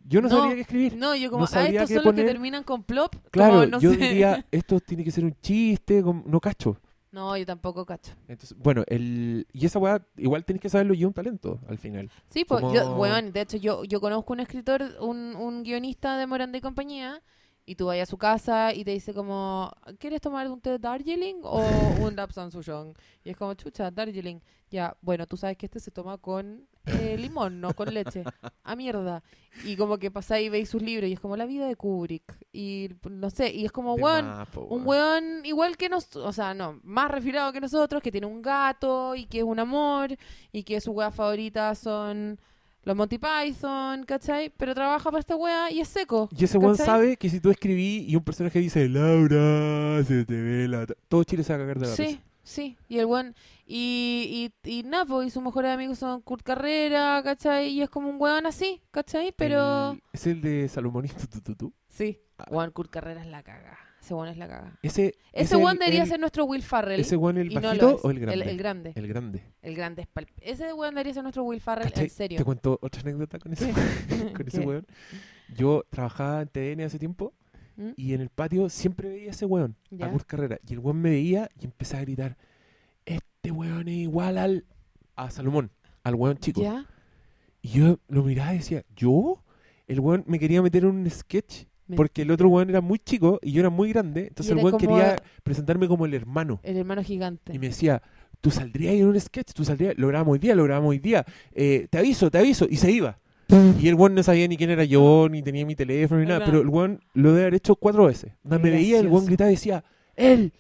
Speaker 2: Yo no,
Speaker 1: No,
Speaker 2: sabría qué escribir.
Speaker 1: No, yo como,
Speaker 2: no
Speaker 1: ah,
Speaker 2: sabría
Speaker 1: estos
Speaker 2: qué
Speaker 1: son los
Speaker 2: poner.
Speaker 1: que terminan con plop. como,
Speaker 2: Claro,
Speaker 1: no
Speaker 2: yo
Speaker 1: sé.
Speaker 2: diría, esto tiene que ser un chiste, como- no cacho.
Speaker 1: No, yo tampoco cacho.
Speaker 2: Entonces, bueno, el, y esa weá, igual tenés que saberlo y es un talento al final.
Speaker 1: Sí, pues,
Speaker 2: Como-
Speaker 1: yo, weón, de hecho, yo, yo conozco un escritor, un, un guionista de Moranda y compañía, y tú vas a su casa y te dice como, ¿quieres tomar un té de Darjeeling o un Lapsang Sujong? Y es como, chucha, Darjeeling. Ya, bueno, tú sabes que este se toma con eh, limón, no con leche. A mierda. Y como que pasáis y veis sus libros, y es como la vida de Kubrick. Y no sé, y es como,
Speaker 2: De
Speaker 1: Oh, weón,
Speaker 2: más, po,
Speaker 1: un
Speaker 2: weón.
Speaker 1: weón igual que nosotros, o sea, no, más refilado que nosotros, que tiene un gato y que es un amor y que sus weas favoritas son los Monty Python, ¿cachai? Pero trabaja para esta wea y es seco.
Speaker 2: Y ese weón
Speaker 1: ¿cachai?
Speaker 2: sabe que si tú escribí y un personaje dice, Laura, se te ve la... ta-". Todo Chile se va a cagar de la risa.
Speaker 1: Sí, sí. Y el weón, y, y, y Napo y sus mejores amigos son Kurt Carrera, ¿cachai? Y es como un weón así, ¿cachai? Pero...
Speaker 2: El- es el de Salomonito. tu, tu, tu.
Speaker 1: Sí,
Speaker 2: Ah.
Speaker 1: weón, Kurt Carrera es la caga. Ese weón es la caga.
Speaker 2: Ese, es
Speaker 1: Ese weón
Speaker 2: el-
Speaker 1: debería
Speaker 2: el-
Speaker 1: ser nuestro Will Farrell.
Speaker 2: ¿Ese weón el
Speaker 1: y no lo
Speaker 2: bajito
Speaker 1: es.
Speaker 2: o el grande?
Speaker 1: El, grande.
Speaker 2: El grande.
Speaker 1: El grande es pal- Ese weón debería ser nuestro Will Farrell,
Speaker 2: ¿Cachai?
Speaker 1: en serio.
Speaker 2: Te cuento otra anécdota con ese, con ese
Speaker 1: ¿Qué?
Speaker 2: weón. Yo trabajaba en TN hace tiempo
Speaker 1: ¿Mm?
Speaker 2: y en el patio siempre veía a ese weón,
Speaker 1: Ya.
Speaker 2: a Kurt Carrera. Y el weón me veía y empezaba a gritar, este weón es igual al... A Salomón, al weón chico.
Speaker 1: ¿Ya?
Speaker 2: Y yo lo miraba y decía, ¿yo? El weón me quería meter en un sketch porque el otro weón era muy chico y yo era muy grande. Entonces el
Speaker 1: era
Speaker 2: weón
Speaker 1: como- Este.
Speaker 2: quería presentarme como el hermano.
Speaker 1: El hermano gigante.
Speaker 2: Y me decía, tú saldrías en un sketch, tú saldrías, lo grabamos hoy día, lo grabamos hoy día. Eh, te aviso, te aviso. Y se iba. Y el weón no sabía ni quién era yo, ni tenía mi teléfono, ni nada.
Speaker 1: Hola.
Speaker 2: Pero el weón lo debe haber hecho cuatro veces. Onda,
Speaker 1: Qué
Speaker 2: me veía, el weón
Speaker 1: gracioso.
Speaker 2: gritaba y decía, él,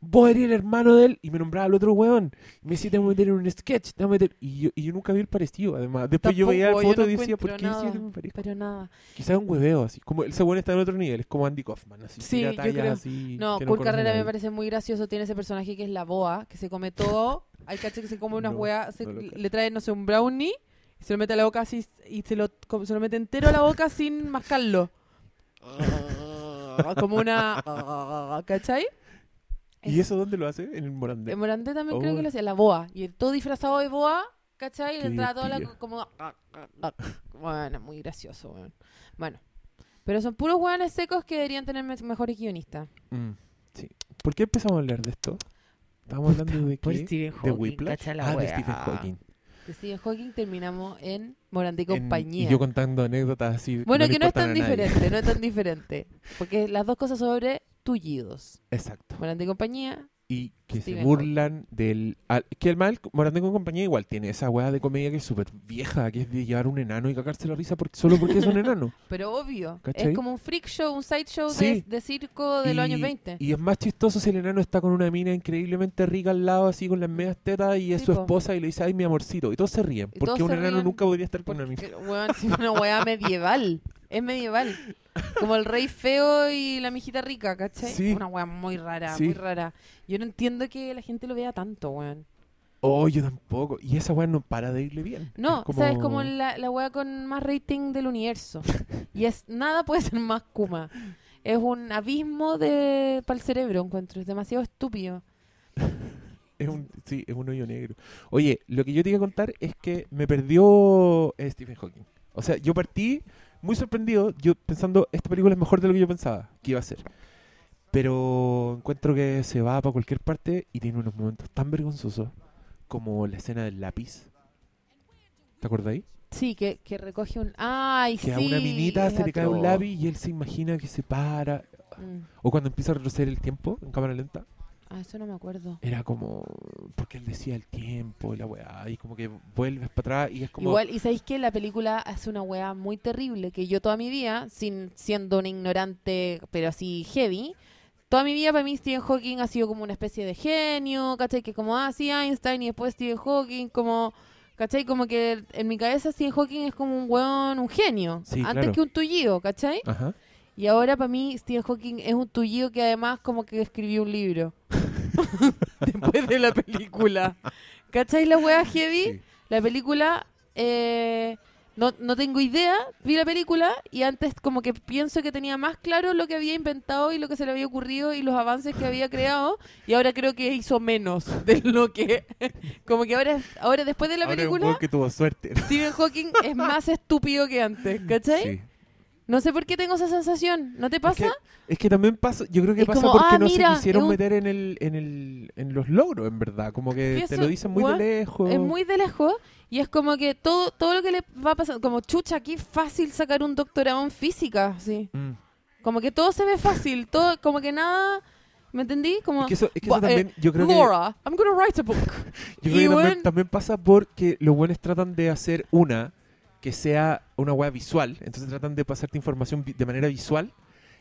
Speaker 2: vos eres el hermano de él. Y me nombraba al otro weón. Y me decía, te voy a meter en un sketch, te voy a meter. Y yo, y yo nunca vi el parecido, además. Después yo veía la
Speaker 1: Tampoco, yo
Speaker 2: foto
Speaker 1: no
Speaker 2: y decía, ¿por qué
Speaker 1: encuentro
Speaker 2: hicieron
Speaker 1: nada.
Speaker 2: un parecido?
Speaker 1: Pero nada.
Speaker 2: Quizás un hueveo, así. Como, ese weón está en otro nivel, es como Andy Kaufman, así.
Speaker 1: Sí,
Speaker 2: tira
Speaker 1: yo
Speaker 2: tallas
Speaker 1: creo.
Speaker 2: así
Speaker 1: No,
Speaker 2: que
Speaker 1: Kurt
Speaker 2: conoce
Speaker 1: Carrera me
Speaker 2: nadie.
Speaker 1: parece muy gracioso. Tiene ese personaje que es la boa, que se come todo. Hay caché que se come unas
Speaker 2: No,
Speaker 1: weas, se-
Speaker 2: no lo cacho.
Speaker 1: le trae, no sé, un brownie, y se lo mete a la boca así, y se lo, como- se lo mete entero a la boca sin mascarlo. Como una... ¿Cachai?
Speaker 2: ¿Y eso dónde lo hace? En el Morandé.
Speaker 1: En Morandé también creo
Speaker 2: Oh.
Speaker 1: que lo hacía, la boa. Y el todo disfrazado de boa, ¿cachai? Y
Speaker 2: Qué
Speaker 1: le entraba toda la
Speaker 2: divertido.
Speaker 1: co- como... Bueno, muy gracioso, weón. Bueno. Pero son puros weones secos que deberían tener me- mejores guionistas.
Speaker 2: Mm, sí. ¿Por qué empezamos a hablar de esto? Estábamos hablando de
Speaker 3: Por
Speaker 2: qué?
Speaker 3: Stephen
Speaker 2: de
Speaker 3: Hawking,
Speaker 2: Whiplash.
Speaker 3: cacha la
Speaker 2: Ah, de
Speaker 3: wea.
Speaker 2: Stephen Hawking.
Speaker 1: De Stephen Hawking terminamos en Morandé y
Speaker 2: En-
Speaker 1: compañía.
Speaker 2: y yo contando anécdotas así.
Speaker 1: bueno,
Speaker 2: le
Speaker 1: que no es
Speaker 2: importan
Speaker 1: tan
Speaker 2: a nadie.
Speaker 1: diferente, no es tan diferente. Porque las dos cosas sobre tullidos.
Speaker 2: Exacto.
Speaker 1: Morandé y compañía,
Speaker 2: Y que
Speaker 1: Stephen
Speaker 2: se burlan del. al- que el mal Morandé con compañía igual tiene esa weá de comedia que es súper vieja, que es de llevar un enano y cagarse la risa porque, solo porque es un enano.
Speaker 1: pero obvio.
Speaker 2: ¿Cachai?
Speaker 1: Es como un freak show, un side show de-
Speaker 2: Sí.
Speaker 1: de, circo de los
Speaker 2: Y-
Speaker 1: años 20.
Speaker 2: Y es más chistoso si el enano está con una mina increíblemente rica al lado, así con las medias tetas, y es
Speaker 1: Mm. Sí,
Speaker 2: su
Speaker 1: po.
Speaker 2: esposa, y le dice, ay, mi amorcito. Y todos se ríen,
Speaker 1: Y
Speaker 2: porque
Speaker 1: todos
Speaker 2: un
Speaker 1: se
Speaker 2: enano
Speaker 1: ríen
Speaker 2: nunca podría estar con una mina.
Speaker 1: Porque, weón, si una weá medieval. Es medieval. Como el rey feo y la mijita rica, ¿cachai?
Speaker 2: Sí.
Speaker 1: Una weá muy rara,
Speaker 2: Sí.
Speaker 1: muy rara. Yo no entiendo que la gente lo vea tanto, weón.
Speaker 2: Oh, yo tampoco. Y esa weá no para de irle bien.
Speaker 1: No,
Speaker 2: Es
Speaker 1: o sea, es como la, la weá con más rating del universo. y es nada puede ser más Kuma. Es un abismo de para el cerebro, encuentro. Es demasiado estúpido.
Speaker 2: Es un, sí, es un hoyo negro. Oye, lo que yo te iba a contar es que me perdió eh, Stephen Hawking. O sea, yo partí muy sorprendido, yo pensando, esta película es mejor de lo que yo pensaba que iba a ser. Pero encuentro que se va para cualquier parte y tiene unos momentos tan vergonzosos como la escena del lápiz. ¿Te acordáis?
Speaker 1: Sí, que, que recoge un. ¡Ay,
Speaker 2: Que
Speaker 1: sí!
Speaker 2: a una minita
Speaker 1: es
Speaker 2: se le cae un
Speaker 1: atroz.
Speaker 2: lápiz y él se imagina que se para.
Speaker 1: Mm.
Speaker 2: O cuando empieza a retroceder el tiempo en cámara lenta.
Speaker 1: Ah, eso no me acuerdo.
Speaker 2: era como porque él decía el tiempo y la weá y como que vuelves para atrás y es como
Speaker 1: Igual, y sabéis que la película hace una weá muy terrible que yo toda mi vida, sin siendo un ignorante, pero así heavy, toda mi vida para mí Stephen Hawking ha sido como una especie de genio, ¿cachai? Que como, ah, sí, Einstein y después Stephen Hawking, como, ¿cachai? Como que en mi cabeza Stephen Hawking es como un weón, un genio,
Speaker 2: Sí,
Speaker 1: antes
Speaker 2: claro.
Speaker 1: que un tullido, ¿cachai?
Speaker 2: ajá
Speaker 1: Y ahora para mí Stephen Hawking es un tullido que además como que escribió un libro. Después de la película. ¿Cachai la weá heavy?
Speaker 2: sí.
Speaker 1: La película, eh, no, no tengo idea, vi la película y antes como que pienso que tenía más claro lo que había inventado y lo que se le había ocurrido y los avances que había creado y ahora creo que hizo menos de lo que... como que ahora, ahora después de la
Speaker 2: Ahora es un
Speaker 1: película,
Speaker 2: weón que tuvo suerte
Speaker 1: Stephen Hawking es más estúpido que antes, ¿cachai?
Speaker 2: Sí.
Speaker 1: No sé por qué tengo esa sensación, ¿no te pasa?
Speaker 2: Es, que, es que también pasa yo creo que
Speaker 1: Es
Speaker 2: pasa
Speaker 1: como,
Speaker 2: porque
Speaker 1: ah,
Speaker 2: no
Speaker 1: mira,
Speaker 2: se quisieron
Speaker 1: es un-
Speaker 2: meter en el en el en los logros en verdad como que
Speaker 1: Que
Speaker 2: te
Speaker 1: eso,
Speaker 2: lo dicen muy de
Speaker 1: weón,
Speaker 2: lejos
Speaker 1: Es muy de lejos y es como que todo, todo lo que le va pasando, como chucha, aquí fácil sacar un doctorado en física, sí.
Speaker 2: Mm.
Speaker 1: Como que todo se ve fácil, todo, como que nada. ¿Me entendí? Como.
Speaker 2: Es que eso, es que
Speaker 1: Buah,
Speaker 2: eso también yo creo que
Speaker 1: Laura, I'm gonna write a book.
Speaker 2: Yo creo que
Speaker 1: Y,
Speaker 2: también,
Speaker 1: weón-
Speaker 2: también pasa porque los buenos tratan de hacer una que sea una weá visual, entonces tratan de pasarte información vi- de manera visual,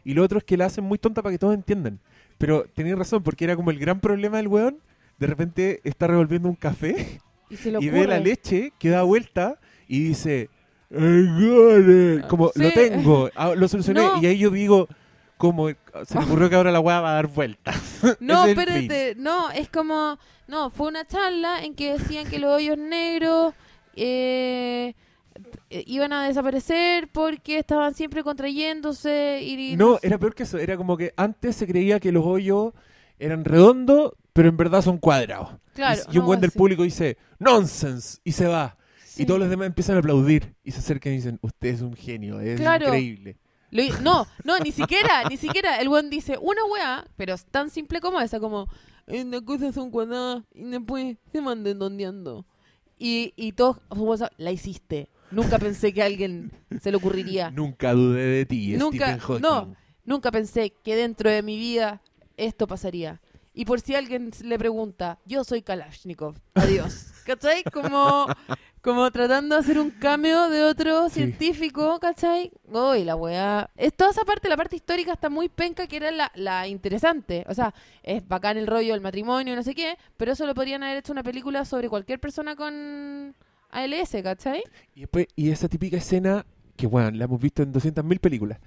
Speaker 2: y lo otro es que la hacen muy tonta para que todos entiendan. Pero tenéis razón, porque era como el gran problema del weón, de repente está revolviendo un café
Speaker 1: Y se le
Speaker 2: y
Speaker 1: ocurre.
Speaker 2: ve la leche que da vuelta y dice, "I got it", como
Speaker 1: Sí.
Speaker 2: lo tengo, ah, lo solucioné,
Speaker 1: No.
Speaker 2: y ahí yo digo, como se me ocurrió que ahora la weá va a dar vuelta.
Speaker 1: No,
Speaker 2: Ese es el
Speaker 1: espérate, no, es como. No, fue una charla en que decían que los hoyos negros. eh, eh, iban a desaparecer porque estaban siempre contrayéndose y
Speaker 2: No, era peor que eso. Era como que antes se creía que los hoyos eran redondos, pero en verdad son cuadrados.
Speaker 1: claro,
Speaker 2: y, y un
Speaker 1: no,
Speaker 2: buen del
Speaker 1: sí,
Speaker 2: público dice, ¡nonsense! Y se va.
Speaker 1: sí.
Speaker 2: Y todos los demás empiezan a aplaudir. Y se acercan y dicen, usted es un genio, es
Speaker 1: Claro.
Speaker 2: increíble.
Speaker 1: Lo hi- no, no, ni siquiera, ni siquiera. El buen dice una weá, pero es tan simple como esa, como, "Eh, las cosas son cuadradas y después se manden dondeando. Y, y todos, como esa, la hiciste. Nunca pensé que a alguien se le ocurriría.
Speaker 2: Nunca dudé de ti,
Speaker 1: Nunca-
Speaker 2: Stephen Hawking.
Speaker 1: no. Nunca pensé que dentro de mi vida esto pasaría. Y por si alguien le pregunta, yo soy Kalashnikov, adiós. ¿Cachai? Como, como tratando de hacer un cameo de otro
Speaker 2: Sí.
Speaker 1: científico, ¿cachai? Uy, la weá. Es toda esa parte, la parte histórica está muy penca, que era la, la interesante. O sea, es bacán el rollo del matrimonio, no sé qué, pero eso lo podrían haber hecho una película sobre cualquier persona con ALS, ¿cachai?
Speaker 2: Y, después, y esa típica escena, que bueno, la hemos visto en 200.000 películas,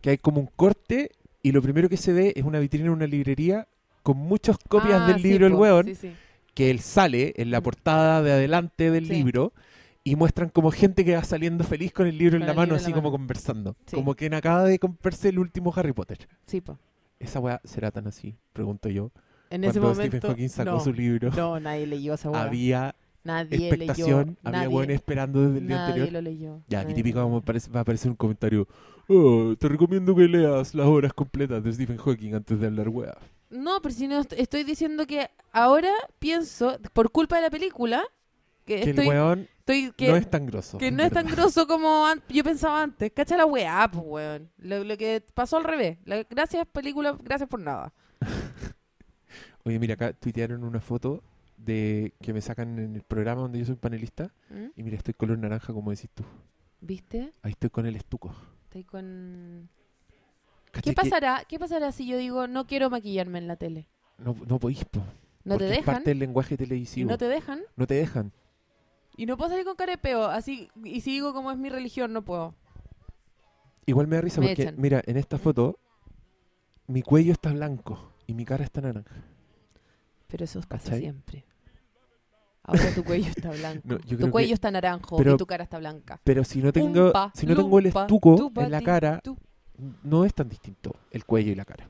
Speaker 2: que hay como un corte y lo primero que se ve es una vitrina en una librería con muchas copias
Speaker 1: Ah,
Speaker 2: del
Speaker 1: sí,
Speaker 2: libro El
Speaker 1: po,
Speaker 2: Hueón.
Speaker 1: sí, sí.
Speaker 2: que él sale en la
Speaker 1: Mm.
Speaker 2: portada de adelante del
Speaker 1: Sí.
Speaker 2: libro y muestran como gente que va saliendo feliz con el libro en
Speaker 1: Con
Speaker 2: la
Speaker 1: el
Speaker 2: mano,
Speaker 1: libro en
Speaker 2: así
Speaker 1: la
Speaker 2: como
Speaker 1: mano.
Speaker 2: conversando.
Speaker 1: Sí.
Speaker 2: Como quien acaba de comprarse el último Harry Potter.
Speaker 1: Sí, po.
Speaker 2: ¿Esa weá será tan así? Pregunto yo.
Speaker 1: En
Speaker 2: Cuando
Speaker 1: ese momento.
Speaker 2: Stephen Hawking sacó
Speaker 1: no.
Speaker 2: su libro,
Speaker 1: No, nadie leyó esa hueá.
Speaker 2: había
Speaker 1: Nadie
Speaker 2: expectación,
Speaker 1: leyó.
Speaker 2: había
Speaker 1: nadie,
Speaker 2: weones esperando desde el día
Speaker 1: nadie
Speaker 2: anterior.
Speaker 1: lo leyó.
Speaker 2: Ya, aquí
Speaker 1: nadie
Speaker 2: típico
Speaker 1: lo
Speaker 2: vamos a
Speaker 1: leyó.
Speaker 2: aparecer- va a aparecer un comentario. "Oh, te recomiendo que leas las obras completas de Stephen Hawking antes de hablar weá.
Speaker 1: No, pero si no, est- estoy diciendo que ahora pienso, por culpa de la película, que,
Speaker 2: Que
Speaker 1: estoy,
Speaker 2: el weón
Speaker 1: estoy- que,
Speaker 2: no es tan grosso.
Speaker 1: que
Speaker 2: en
Speaker 1: no es tan
Speaker 2: verdad.
Speaker 1: grosso como an- yo pensaba antes. Cacha la weá, pues, weón. Lo, lo que pasó al revés. La- gracias, película, gracias por nada.
Speaker 2: Oye, mira, acá tuitearon una foto de que me sacan en el programa donde yo soy panelista.
Speaker 1: ¿Mm?
Speaker 2: Y mira, estoy color naranja, como decís tú.
Speaker 1: ¿Viste?
Speaker 2: Ahí estoy con el estuco.
Speaker 1: Estoy con...
Speaker 2: ¿Cachai
Speaker 1: ¿Qué
Speaker 2: que
Speaker 1: pasará, ¿Qué pasará si yo digo no quiero maquillarme en la tele?
Speaker 2: No, no podís, po,
Speaker 1: ¿No
Speaker 2: porque
Speaker 1: te
Speaker 2: es
Speaker 1: dejan?
Speaker 2: parte del lenguaje
Speaker 1: ¿Y
Speaker 2: televisivo.
Speaker 1: no te dejan?
Speaker 2: dejan.
Speaker 1: Y no puedo salir con carepeo, así, y si digo como es mi religión, no puedo.
Speaker 2: Igual me da risa
Speaker 1: Me
Speaker 2: porque,
Speaker 1: echan.
Speaker 2: mira, en esta foto, mi cuello está blanco y mi cara está naranja.
Speaker 1: Pero eso pasa
Speaker 2: ¿Cachai?
Speaker 1: siempre. Ahora tu cuello está blanco.
Speaker 2: No, yo creo
Speaker 1: tu
Speaker 2: que-
Speaker 1: cuello está naranjo
Speaker 2: pero-
Speaker 1: y tu cara está blanca.
Speaker 2: Pero si no tengo,
Speaker 1: Umpa,
Speaker 2: si no tengo el
Speaker 1: lumpa,
Speaker 2: estuco
Speaker 1: tupa,
Speaker 2: en la
Speaker 1: ti,
Speaker 2: cara,
Speaker 1: tu.
Speaker 2: no es tan distinto el cuello y la cara.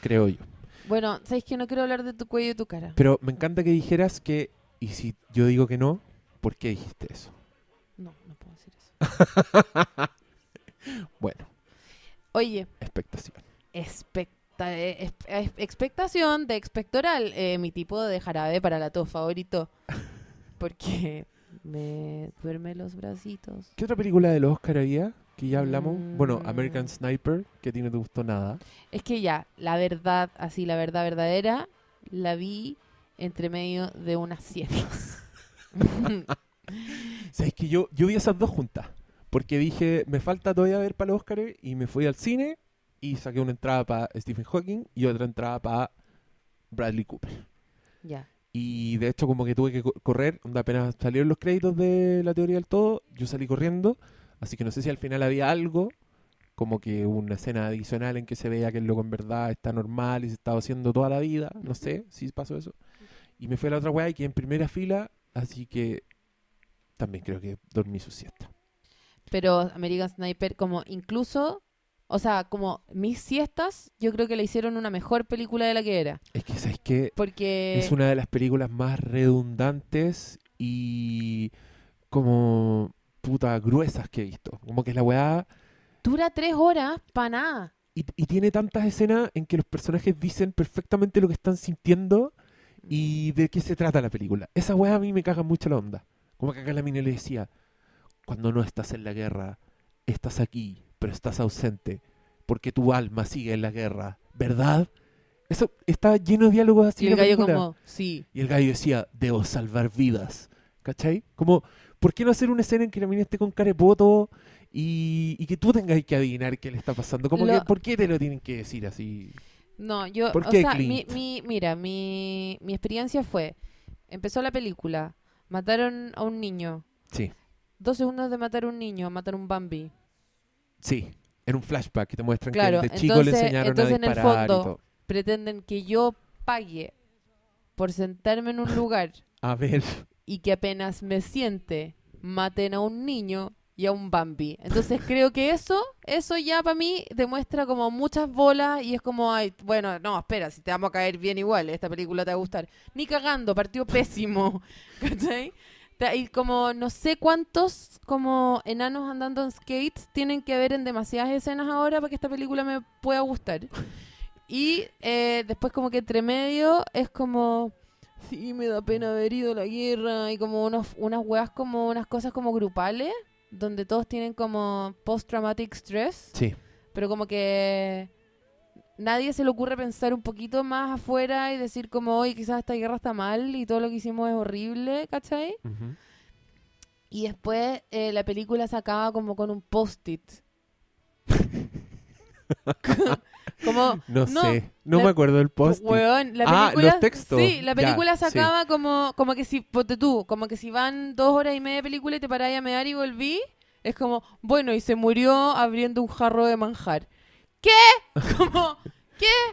Speaker 2: Creo yo.
Speaker 1: Bueno, ¿sabes que No quiero hablar de tu cuello y tu cara.
Speaker 2: Pero me encanta que dijeras que, y si yo digo que no, ¿por qué dijiste eso?
Speaker 1: No, no puedo decir eso.
Speaker 2: Bueno,
Speaker 1: Oye,
Speaker 2: expectación.
Speaker 1: expecta- eh, esp- eh, expectación de expectoral, eh, mi tipo de jarabe para la tos favorito. Porque me duerme los bracitos.
Speaker 2: ¿Qué otra película del Oscar había que ya hablamos? Bueno,
Speaker 1: Mm.
Speaker 2: American Sniper, que a ti no te gustó nada.
Speaker 1: Es que ya, la verdad, así, la verdad verdadera, la vi entre medio de unas sierras.
Speaker 2: ¿Sabes que yo, yo vi esas dos juntas? Porque dije, me falta todavía ver para los Oscars y me fui al cine y saqué una entrada para Stephen Hawking y otra entrada para Bradley Cooper.
Speaker 1: ya.
Speaker 2: Y de hecho como que tuve que co- correr, onda, apenas salieron los créditos de la teoría del todo, yo salí corriendo, así que no sé si al final había algo, como que una escena adicional en que se veía que el loco en verdad está normal y se estaba haciendo toda la vida, no sé si pasó eso. Y me fui a la otra weá y quedé en primera fila, así que también creo que dormí su siesta.
Speaker 1: Pero American Sniper, como incluso, o sea, como mis siestas, yo creo que le hicieron una mejor película de la que era.
Speaker 2: Es que, ¿sabes qué?
Speaker 1: Porque...
Speaker 2: Es una de las películas más redundantes y como puta gruesas que he visto. Como que es la weá...
Speaker 1: Dura tres horas para nada.
Speaker 2: Y, y tiene tantas escenas en que los personajes dicen perfectamente lo que están sintiendo y
Speaker 1: Mm.
Speaker 2: de qué se trata la película. Esa weá a mí me caga mucho la onda. Como que acá la mina le decía, cuando no estás en la guerra, estás aquí, pero estás ausente, porque tu alma sigue en la guerra, ¿verdad? Eso está lleno de diálogos así.
Speaker 1: y el
Speaker 2: la
Speaker 1: gallo
Speaker 2: película.
Speaker 1: como, sí.
Speaker 2: Y el gallo decía, debo salvar vidas. ¿Cachai? Como, ¿por qué no hacer una escena en que la mina esté con carepoto y, y que tú tengas que adivinar qué le está pasando? Como
Speaker 1: Lo-
Speaker 2: que, ¿por qué te lo tienen que decir así?
Speaker 1: No, yo,
Speaker 2: ¿Por
Speaker 1: o
Speaker 2: qué,
Speaker 1: sea, mi,
Speaker 2: Clint?
Speaker 1: mi- mira, mi, mi experiencia fue, empezó la película, mataron a un niño,
Speaker 2: Sí,
Speaker 1: dos segundos de matar a un niño, matar a un Bambi.
Speaker 2: sí. En un flashback que te muestran
Speaker 1: Claro,
Speaker 2: que de chico
Speaker 1: entonces-
Speaker 2: le enseñaron
Speaker 1: entonces
Speaker 2: a
Speaker 1: en el
Speaker 2: disparar y
Speaker 1: fondo-
Speaker 2: todo.
Speaker 1: Pretenden que yo pague por sentarme en un lugar
Speaker 2: A ver,
Speaker 1: y que apenas me siente, maten a un niño y a un Bambi. Entonces creo que eso, eso ya para mí demuestra como muchas bolas y es como, ay, bueno, no, espera, si te vamos a caer bien igual, esta película te va a gustar. Ni cagando, partió pésimo. ¿Cachai? Ta- Y como no sé cuántos como enanos andando en skates tienen que ver en demasiadas escenas ahora para que esta película me pueda gustar. Y eh, después como que entre medio es como... Sí, me da pena haber ido a la guerra. Y como unos, unas weas, como unas cosas como grupales, donde todos tienen como post-traumatic stress,
Speaker 2: sí.
Speaker 1: pero como que nadie se le ocurre pensar un poquito más afuera y decir como, hoy quizás esta guerra está mal y todo lo que hicimos es horrible, ¿cachai?
Speaker 2: Ujú.
Speaker 1: Y después eh, la película se acaba como con un post-it. como,
Speaker 2: No,
Speaker 1: No,
Speaker 2: sé, no
Speaker 1: la-
Speaker 2: me acuerdo del post.
Speaker 1: Weón, la
Speaker 2: Ah,
Speaker 1: película,
Speaker 2: los textos.
Speaker 1: Sí, la
Speaker 2: Ya,
Speaker 1: película se
Speaker 2: sí.
Speaker 1: acaba como, como que si, ponte tú, como que si van dos horas y media de película y te paráis a mear y volví, es como, bueno, y se murió abriendo un jarro de manjar. ¿Qué? Como,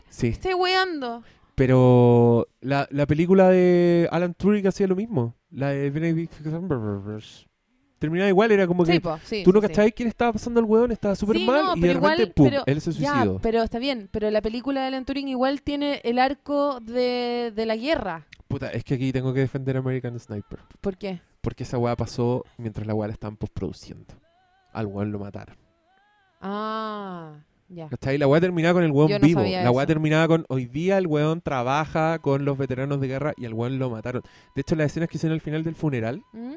Speaker 2: Sí,
Speaker 1: estoy weando.
Speaker 2: pero la, la película de Alan Turing hacía lo mismo. La de Benedict Cumberbatch. Terminaba igual, era como que
Speaker 1: Sí, po, sí.
Speaker 2: Tú no
Speaker 1: sí, sí.
Speaker 2: cachabas quién estaba pasando el hueón, estaba súper
Speaker 1: Sí,
Speaker 2: mal
Speaker 1: no,
Speaker 2: y de
Speaker 1: pero
Speaker 2: repente,
Speaker 1: igual-
Speaker 2: pum,
Speaker 1: pero
Speaker 2: él se
Speaker 1: Ya,
Speaker 2: suicidó.
Speaker 1: pero está bien, pero la película de Alan Turing igual tiene el arco de, de la guerra.
Speaker 2: Puta, es que aquí tengo que defender a American Sniper.
Speaker 1: ¿Por qué?
Speaker 2: Porque esa weá pasó mientras la weá la estaban postproduciendo. Al weón lo mataron.
Speaker 1: Ah, ya.
Speaker 2: ¿Cachai? La weá terminaba con el weón
Speaker 1: Yo no
Speaker 2: vivo.
Speaker 1: sabía
Speaker 2: la weá
Speaker 1: eso.
Speaker 2: terminaba con hoy día el weón trabaja con los veteranos de guerra y al weón lo mataron. De hecho, las escenas que hicieron al final del funeral
Speaker 1: ¿Mm?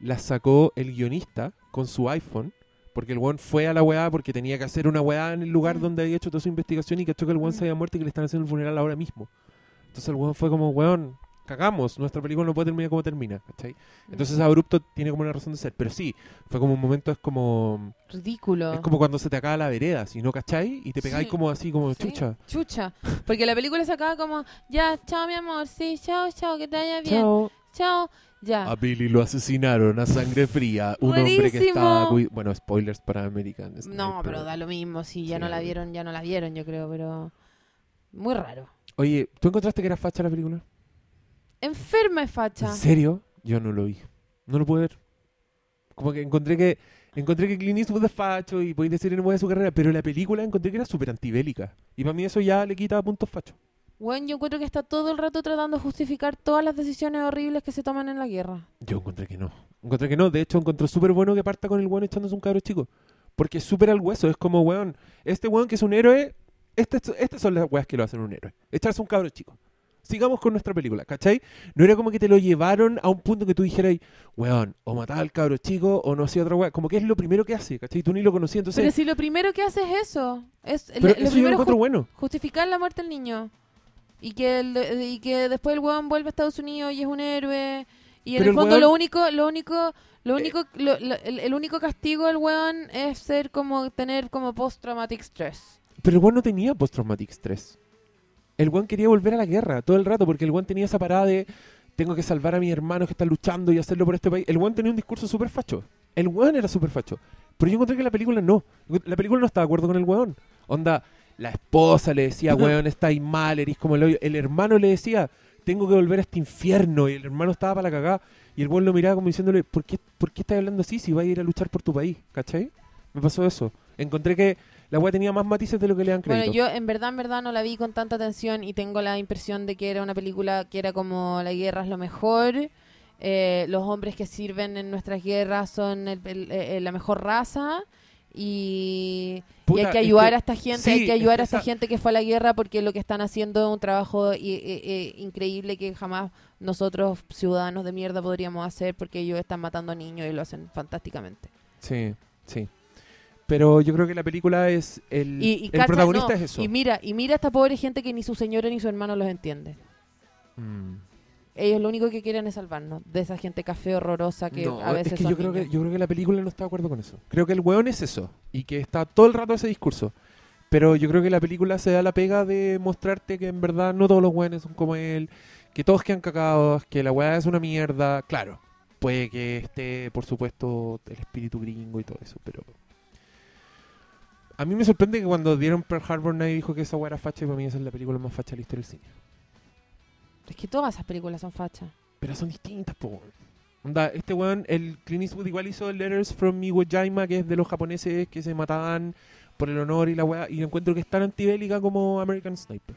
Speaker 2: las sacó el guionista con su iPhone. Porque el weón fue a la weá porque tenía que hacer una weá en el lugar
Speaker 1: Mm.
Speaker 2: donde había hecho toda su investigación y cachó que el weón
Speaker 1: Mm.
Speaker 2: se había muerto y que le están haciendo el funeral ahora mismo. Entonces el weón fue como, weón, cagamos, nuestra película no puede terminar como termina, ¿cachai?
Speaker 1: Mm.
Speaker 2: Entonces abrupto tiene como una razón de ser. Pero sí, fue como un momento, es como
Speaker 1: Ridículo.
Speaker 2: es como cuando se te acaba la vereda, si no cachai, y te pegáis
Speaker 1: Sí.
Speaker 2: como así, como
Speaker 1: Sí.
Speaker 2: chucha.
Speaker 1: Chucha. Porque la película se acaba como, ya, chao mi amor, sí, chao, chao, que te vaya bien, Ah.
Speaker 2: Chao.
Speaker 1: chao. Ya.
Speaker 2: A Billy lo asesinaron a sangre fría. Un hombre que estaba.
Speaker 1: Buenísimo.
Speaker 2: cui- Bueno, spoilers para American. Sniper.
Speaker 1: no, pero da lo mismo. Si ya
Speaker 2: Sí,
Speaker 1: no la
Speaker 2: obvio.
Speaker 1: vieron, ya no la vieron, yo creo, pero. Muy raro.
Speaker 2: Oye, ¿tú encontraste que era facha la película?
Speaker 1: Enferma es facha.
Speaker 2: ¿En serio? Yo no lo vi. No lo pude ver. Como que encontré que encontré que Clint Eastwood es facho y podéis decir en de su carrera, pero la película encontré que era súper antibélica. Y para mí eso ya le quita puntos facho.
Speaker 1: Bueno, yo encuentro que está todo el rato tratando de justificar todas las decisiones horribles que se toman en la guerra.
Speaker 2: Yo encontré que no. Encontré que no. De hecho, encontré súper bueno que parta con el weón echándose un cabro chico. Porque es súper al hueso. Es como, weón, este weón que es un héroe, este- estas son las weas que lo hacen un héroe. Echarse un cabro chico. Sigamos con nuestra película, ¿cachai? No era como que te lo llevaron a un punto que tú dijeras, weón, o mataba al cabro chico o no hacía otra wea. Como que es lo primero que hace, ¿cachai? Tú ni lo conocías,
Speaker 1: pero
Speaker 2: entonces...
Speaker 1: si lo primero que hace es eso. Es
Speaker 2: Pero,
Speaker 1: lo- lo
Speaker 2: eso yo lo
Speaker 1: primero es
Speaker 2: encuentro bueno.
Speaker 1: justificar la muerte del niño. Y que, el- y que después el weón vuelve a Estados Unidos y es un héroe. Y en
Speaker 2: Pero el
Speaker 1: el
Speaker 2: Eh.
Speaker 1: fondo
Speaker 2: weón-
Speaker 1: lo único, lo único, lo único, lo- lo- el, el único castigo del weón es ser como tener como post-traumatic stress.
Speaker 2: Pero el weón no tenía post-traumatic stress. El weón quería volver a la guerra todo el rato porque el weón tenía esa parada de tengo que salvar a mis hermanos que están luchando y hacerlo por este país. El weón tenía un discurso súper facho. El weón era súper facho. Pero yo encontré que la película no. La película no estaba de acuerdo con el weón. Onda, la esposa le decía, weón, estáis mal, eres como el hoyo. El hermano le decía, tengo que volver a este infierno. Y el hermano estaba para la cagada. Y el weón lo miraba como diciéndole, ¿por qué, ¿por qué estás hablando así si vas a ir a luchar por tu país? ¿Cachai? Me pasó eso. Encontré que la weá tenía más matices de lo que le dan crédito.
Speaker 1: Bueno, yo en verdad, en verdad no la vi con tanta atención y tengo la impresión de que era una película que era como la guerra es lo mejor, eh, los hombres que sirven en nuestras guerras son el- el- eh, eh, la mejor raza y, y
Speaker 2: Puta,
Speaker 1: hay que
Speaker 2: es
Speaker 1: ayudar
Speaker 2: que-
Speaker 1: a esta gente,
Speaker 2: sí,
Speaker 1: hay que
Speaker 2: es
Speaker 1: ayudar
Speaker 2: que
Speaker 1: a esta
Speaker 2: esa-
Speaker 1: gente que fue a la guerra porque lo que están haciendo es un trabajo i- i- i- increíble que jamás nosotros ciudadanos de mierda podríamos hacer porque ellos están matando a niños y lo hacen fantásticamente.
Speaker 2: Sí, sí. Pero yo creo que la película es el,
Speaker 1: Y, y
Speaker 2: el
Speaker 1: cacha,
Speaker 2: protagonista
Speaker 1: no,
Speaker 2: es eso.
Speaker 1: Y mira, y mira a esta pobre gente que ni su señora ni su hermano los entiende.
Speaker 2: Mm.
Speaker 1: Ellos lo único que quieren es salvarnos de esa gente café horrorosa que
Speaker 2: No,
Speaker 1: a veces
Speaker 2: es que
Speaker 1: son
Speaker 2: yo creo que
Speaker 1: niños.
Speaker 2: yo creo que la película no está de acuerdo con eso. Creo que el weón es eso y que está todo el rato ese discurso. Pero yo creo que la película se da la pega de mostrarte que en verdad no todos los weones son como él, que todos quedan cacados, que la weá es una mierda. Claro, puede que esté, por supuesto, el espíritu gringo y todo eso, pero. A mí me sorprende que cuando dieron Pearl Harbor nadie dijo que esa weá era facha y para mí esa es la película más facha de la historia del cine.
Speaker 1: Es que todas esas películas son fachas.
Speaker 2: Pero son distintas, po. weón. Onda, este weón, el Clint Eastwood igual hizo Letters from Iwo Jima, que es de los japoneses que se mataban por el honor y la weá, y lo encuentro que es tan antibélica como American Sniper.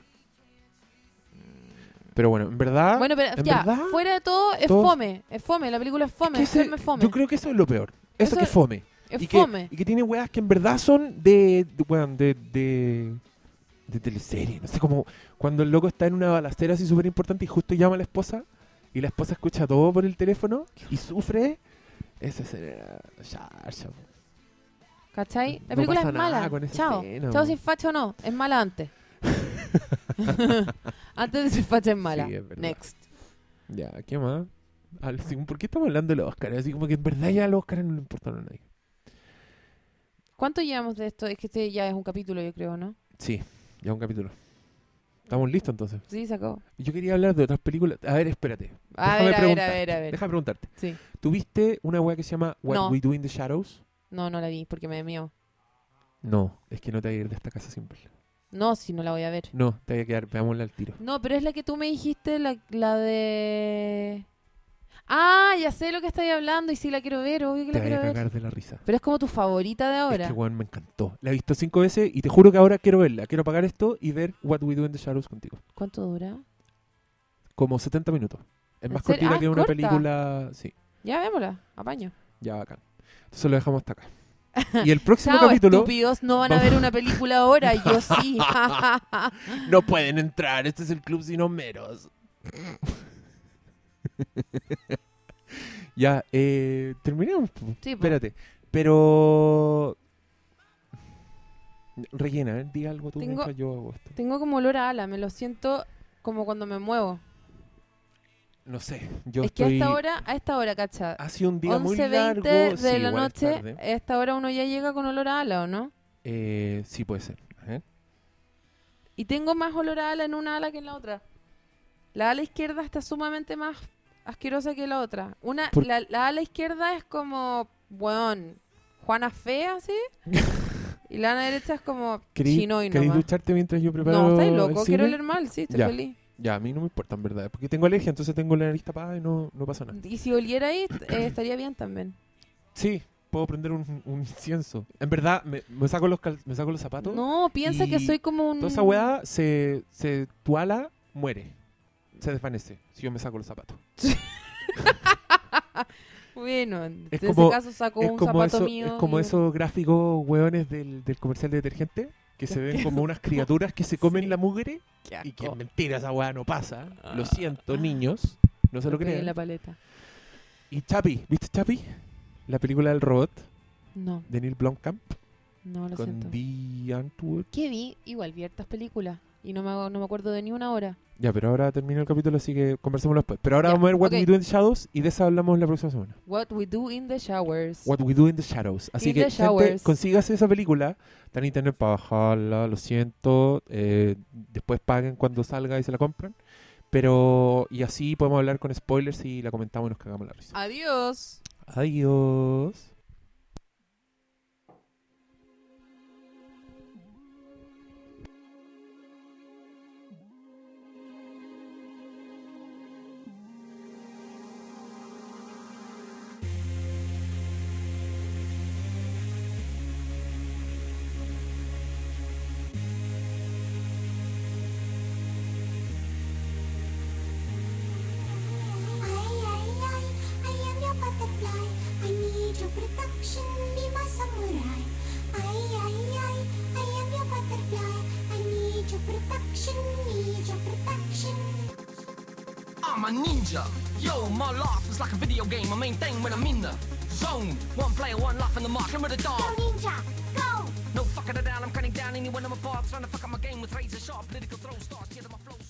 Speaker 2: Pero bueno, en verdad,
Speaker 1: bueno, pero
Speaker 2: ¿Ah? ¿en
Speaker 1: ya,
Speaker 2: verdad?
Speaker 1: fuera de todo, es
Speaker 2: Todos-
Speaker 1: fome. Es fome, la película es fome.
Speaker 2: que
Speaker 1: Es
Speaker 2: ese-
Speaker 1: fome, es fome.
Speaker 2: yo creo que eso es lo peor. Eso,
Speaker 1: Eso-
Speaker 2: que fome.
Speaker 1: Es
Speaker 2: y,
Speaker 1: fome.
Speaker 2: Que, y que tiene weas que en verdad son de, de, weón, de, de, de teleserie. No sé, como cuando el loco está en una balacera así súper importante y justo llama a la esposa y la esposa escucha todo por el teléfono y sufre. Esa escena era chacha, po.
Speaker 1: ¿Cachai? La
Speaker 2: no
Speaker 1: película
Speaker 2: pasa
Speaker 1: es
Speaker 2: nada
Speaker 1: mala.
Speaker 2: con esa
Speaker 1: Chao.
Speaker 2: escena,
Speaker 1: Chao
Speaker 2: weón.
Speaker 1: si es facha o no. Es mala antes. antes de ser facha es mala.
Speaker 2: Sí, es verdad.
Speaker 1: Next.
Speaker 2: Ya, ¿qué más? Al- sí, ¿Por qué estamos hablando de los Oscars? Así como que en verdad ya los Oscars no le importaron a nadie.
Speaker 1: ¿Cuánto llevamos de esto? Es que este ya es un capítulo, yo creo, ¿no?
Speaker 2: Sí, ya un capítulo. Estamos listos entonces.
Speaker 1: Sí, se acabó.
Speaker 2: Yo quería hablar de otras películas. A ver, espérate.
Speaker 1: A
Speaker 2: Déjame
Speaker 1: ver, a ver, a
Speaker 2: preguntarte.
Speaker 1: ver, a ver.
Speaker 2: Déjame preguntarte.
Speaker 1: Sí.
Speaker 2: ¿Tuviste una wea que se llama What
Speaker 1: No.
Speaker 2: We Do in the Shadows?
Speaker 1: No, no la vi porque me mío.
Speaker 2: No, es que no te voy a ir de esta casa sin verla.
Speaker 1: No, si no la voy a ver.
Speaker 2: No, te voy a quedar, veámosla al tiro.
Speaker 1: No, pero es la que tú me dijiste, la, la de... Ah, ya sé lo que estoy hablando y sí la quiero ver, obvio que
Speaker 2: te
Speaker 1: la
Speaker 2: voy a
Speaker 1: quiero ver.
Speaker 2: cagar de la risa.
Speaker 1: Pero es como tu favorita de ahora.
Speaker 2: Es que weón me encantó. La he visto cinco veces y te juro que ahora quiero verla. Quiero pagar esto y ver What We Do in the Shadows contigo.
Speaker 1: ¿Cuánto dura?
Speaker 2: Como 70 minutos. Es más
Speaker 1: ¿En serio?
Speaker 2: cortita
Speaker 1: Ah,
Speaker 2: que una
Speaker 1: corta.
Speaker 2: película. Sí,
Speaker 1: Ya, vémosla, apaño.
Speaker 2: ya bacán. Entonces lo dejamos hasta acá. Y el próximo
Speaker 1: Chao,
Speaker 2: capítulo.
Speaker 1: estúpidos, no van a ver una película ahora, yo sí.
Speaker 2: No pueden entrar, este es el club sin homeros. ya, eh, terminamos. po.
Speaker 1: Sí, pues. po.
Speaker 2: Espérate, pero... Rellena, eh, di algo tú
Speaker 1: Tengo-
Speaker 2: mientras yo hago esto.
Speaker 1: Tengo como olor a ala, me lo siento como cuando me muevo.
Speaker 2: No sé, yo
Speaker 1: es que
Speaker 2: estoy...
Speaker 1: a esta hora, a esta hora, cacha.
Speaker 2: Ha sido un día muy
Speaker 1: 11.20
Speaker 2: largo.
Speaker 1: de
Speaker 2: sí,
Speaker 1: la
Speaker 2: igual es
Speaker 1: noche,
Speaker 2: tarde.
Speaker 1: a esta hora uno ya llega con olor a ala, ¿o no?
Speaker 2: Eh, sí, puede ser. ¿eh?
Speaker 1: Y tengo más olor a ala en una ala que en la otra. La ala izquierda está sumamente más asquerosa que la otra. Una,
Speaker 2: Por-
Speaker 1: la, la ala izquierda es como, weón, Juana Fea, así. y la ala derecha es como
Speaker 2: ¿Queréis
Speaker 1: chino y
Speaker 2: queréis
Speaker 1: nomás.
Speaker 2: ducharte mientras yo preparo
Speaker 1: No, estáis
Speaker 2: el
Speaker 1: loco,
Speaker 2: cine?
Speaker 1: quiero leer mal, sí, estoy
Speaker 2: Ya.
Speaker 1: feliz.
Speaker 2: Ya, a mí no me importa, en verdad. Porque tengo alergia, entonces tengo la nariz tapada y no, no pasa nada.
Speaker 1: Y si oliera ahí, eh, estaría bien también.
Speaker 2: Sí, puedo prender un, un incienso. En verdad, me, me saco, los cal- me saco los zapatos.
Speaker 1: No, piensa que
Speaker 2: Y
Speaker 1: soy como un...
Speaker 2: Toda esa weá, se, se, tu ala muere. Se desvanece si yo me saco los zapatos.
Speaker 1: Bueno, en
Speaker 2: Es
Speaker 1: ese
Speaker 2: como-
Speaker 1: caso saco
Speaker 2: es
Speaker 1: un
Speaker 2: como,
Speaker 1: zapato
Speaker 2: eso-
Speaker 1: mío.
Speaker 2: es como
Speaker 1: y-
Speaker 2: esos gráficos weones del, del comercial de detergente que se ven como unas criaturas que se comen la mugre
Speaker 1: Qué
Speaker 2: y que
Speaker 1: asco.
Speaker 2: mentira esa weá no pasa. Lo siento, niños. No se lo
Speaker 1: Me pegué en
Speaker 2: crean.
Speaker 1: la paleta.
Speaker 2: Y Chapi, ¿viste Chapi? La película del robot
Speaker 1: No,
Speaker 2: de Neil Blomkamp
Speaker 1: no lo siento.
Speaker 2: con Dee Antwoord.
Speaker 1: Que vi, igual vi hartas películas y no me, hago- no me acuerdo de ni una hora.
Speaker 2: Ya, pero ahora terminó el capítulo, así que conversémoslo después. Pero ahora
Speaker 1: Ya,
Speaker 2: vamos a ver What
Speaker 1: ok.
Speaker 2: We Do in the Shadows y de eso hablamos la próxima semana.
Speaker 1: What we do in the showers.
Speaker 2: What We Do in the Shadows. Así
Speaker 1: In
Speaker 2: que,
Speaker 1: the
Speaker 2: gente,
Speaker 1: Showers.
Speaker 2: consígase esa película. Están en internet para bajarla, lo siento. eh, después paguen cuando salga y se la compran. Pero, y así podemos hablar con spoilers y la comentamos y nos cagamos la
Speaker 1: Ah.
Speaker 2: risa.
Speaker 1: Adiós.
Speaker 2: Adiós.
Speaker 4: I am your butterfly. I need your protection, be my samurai. I, I, I, I am your butterfly. I need your protection, need your protection.
Speaker 5: I'm a ninja. Yo, my life is like a video game. I main thing when I'm in the zone. One player, one life in the mark. I'm with a
Speaker 4: Go
Speaker 5: dog.
Speaker 4: ninja, go!
Speaker 5: No fucking it down. I'm cutting down anyone I'm apart. Trying to fuck up my game with razor sharp political throw starts. Yeah, my flow.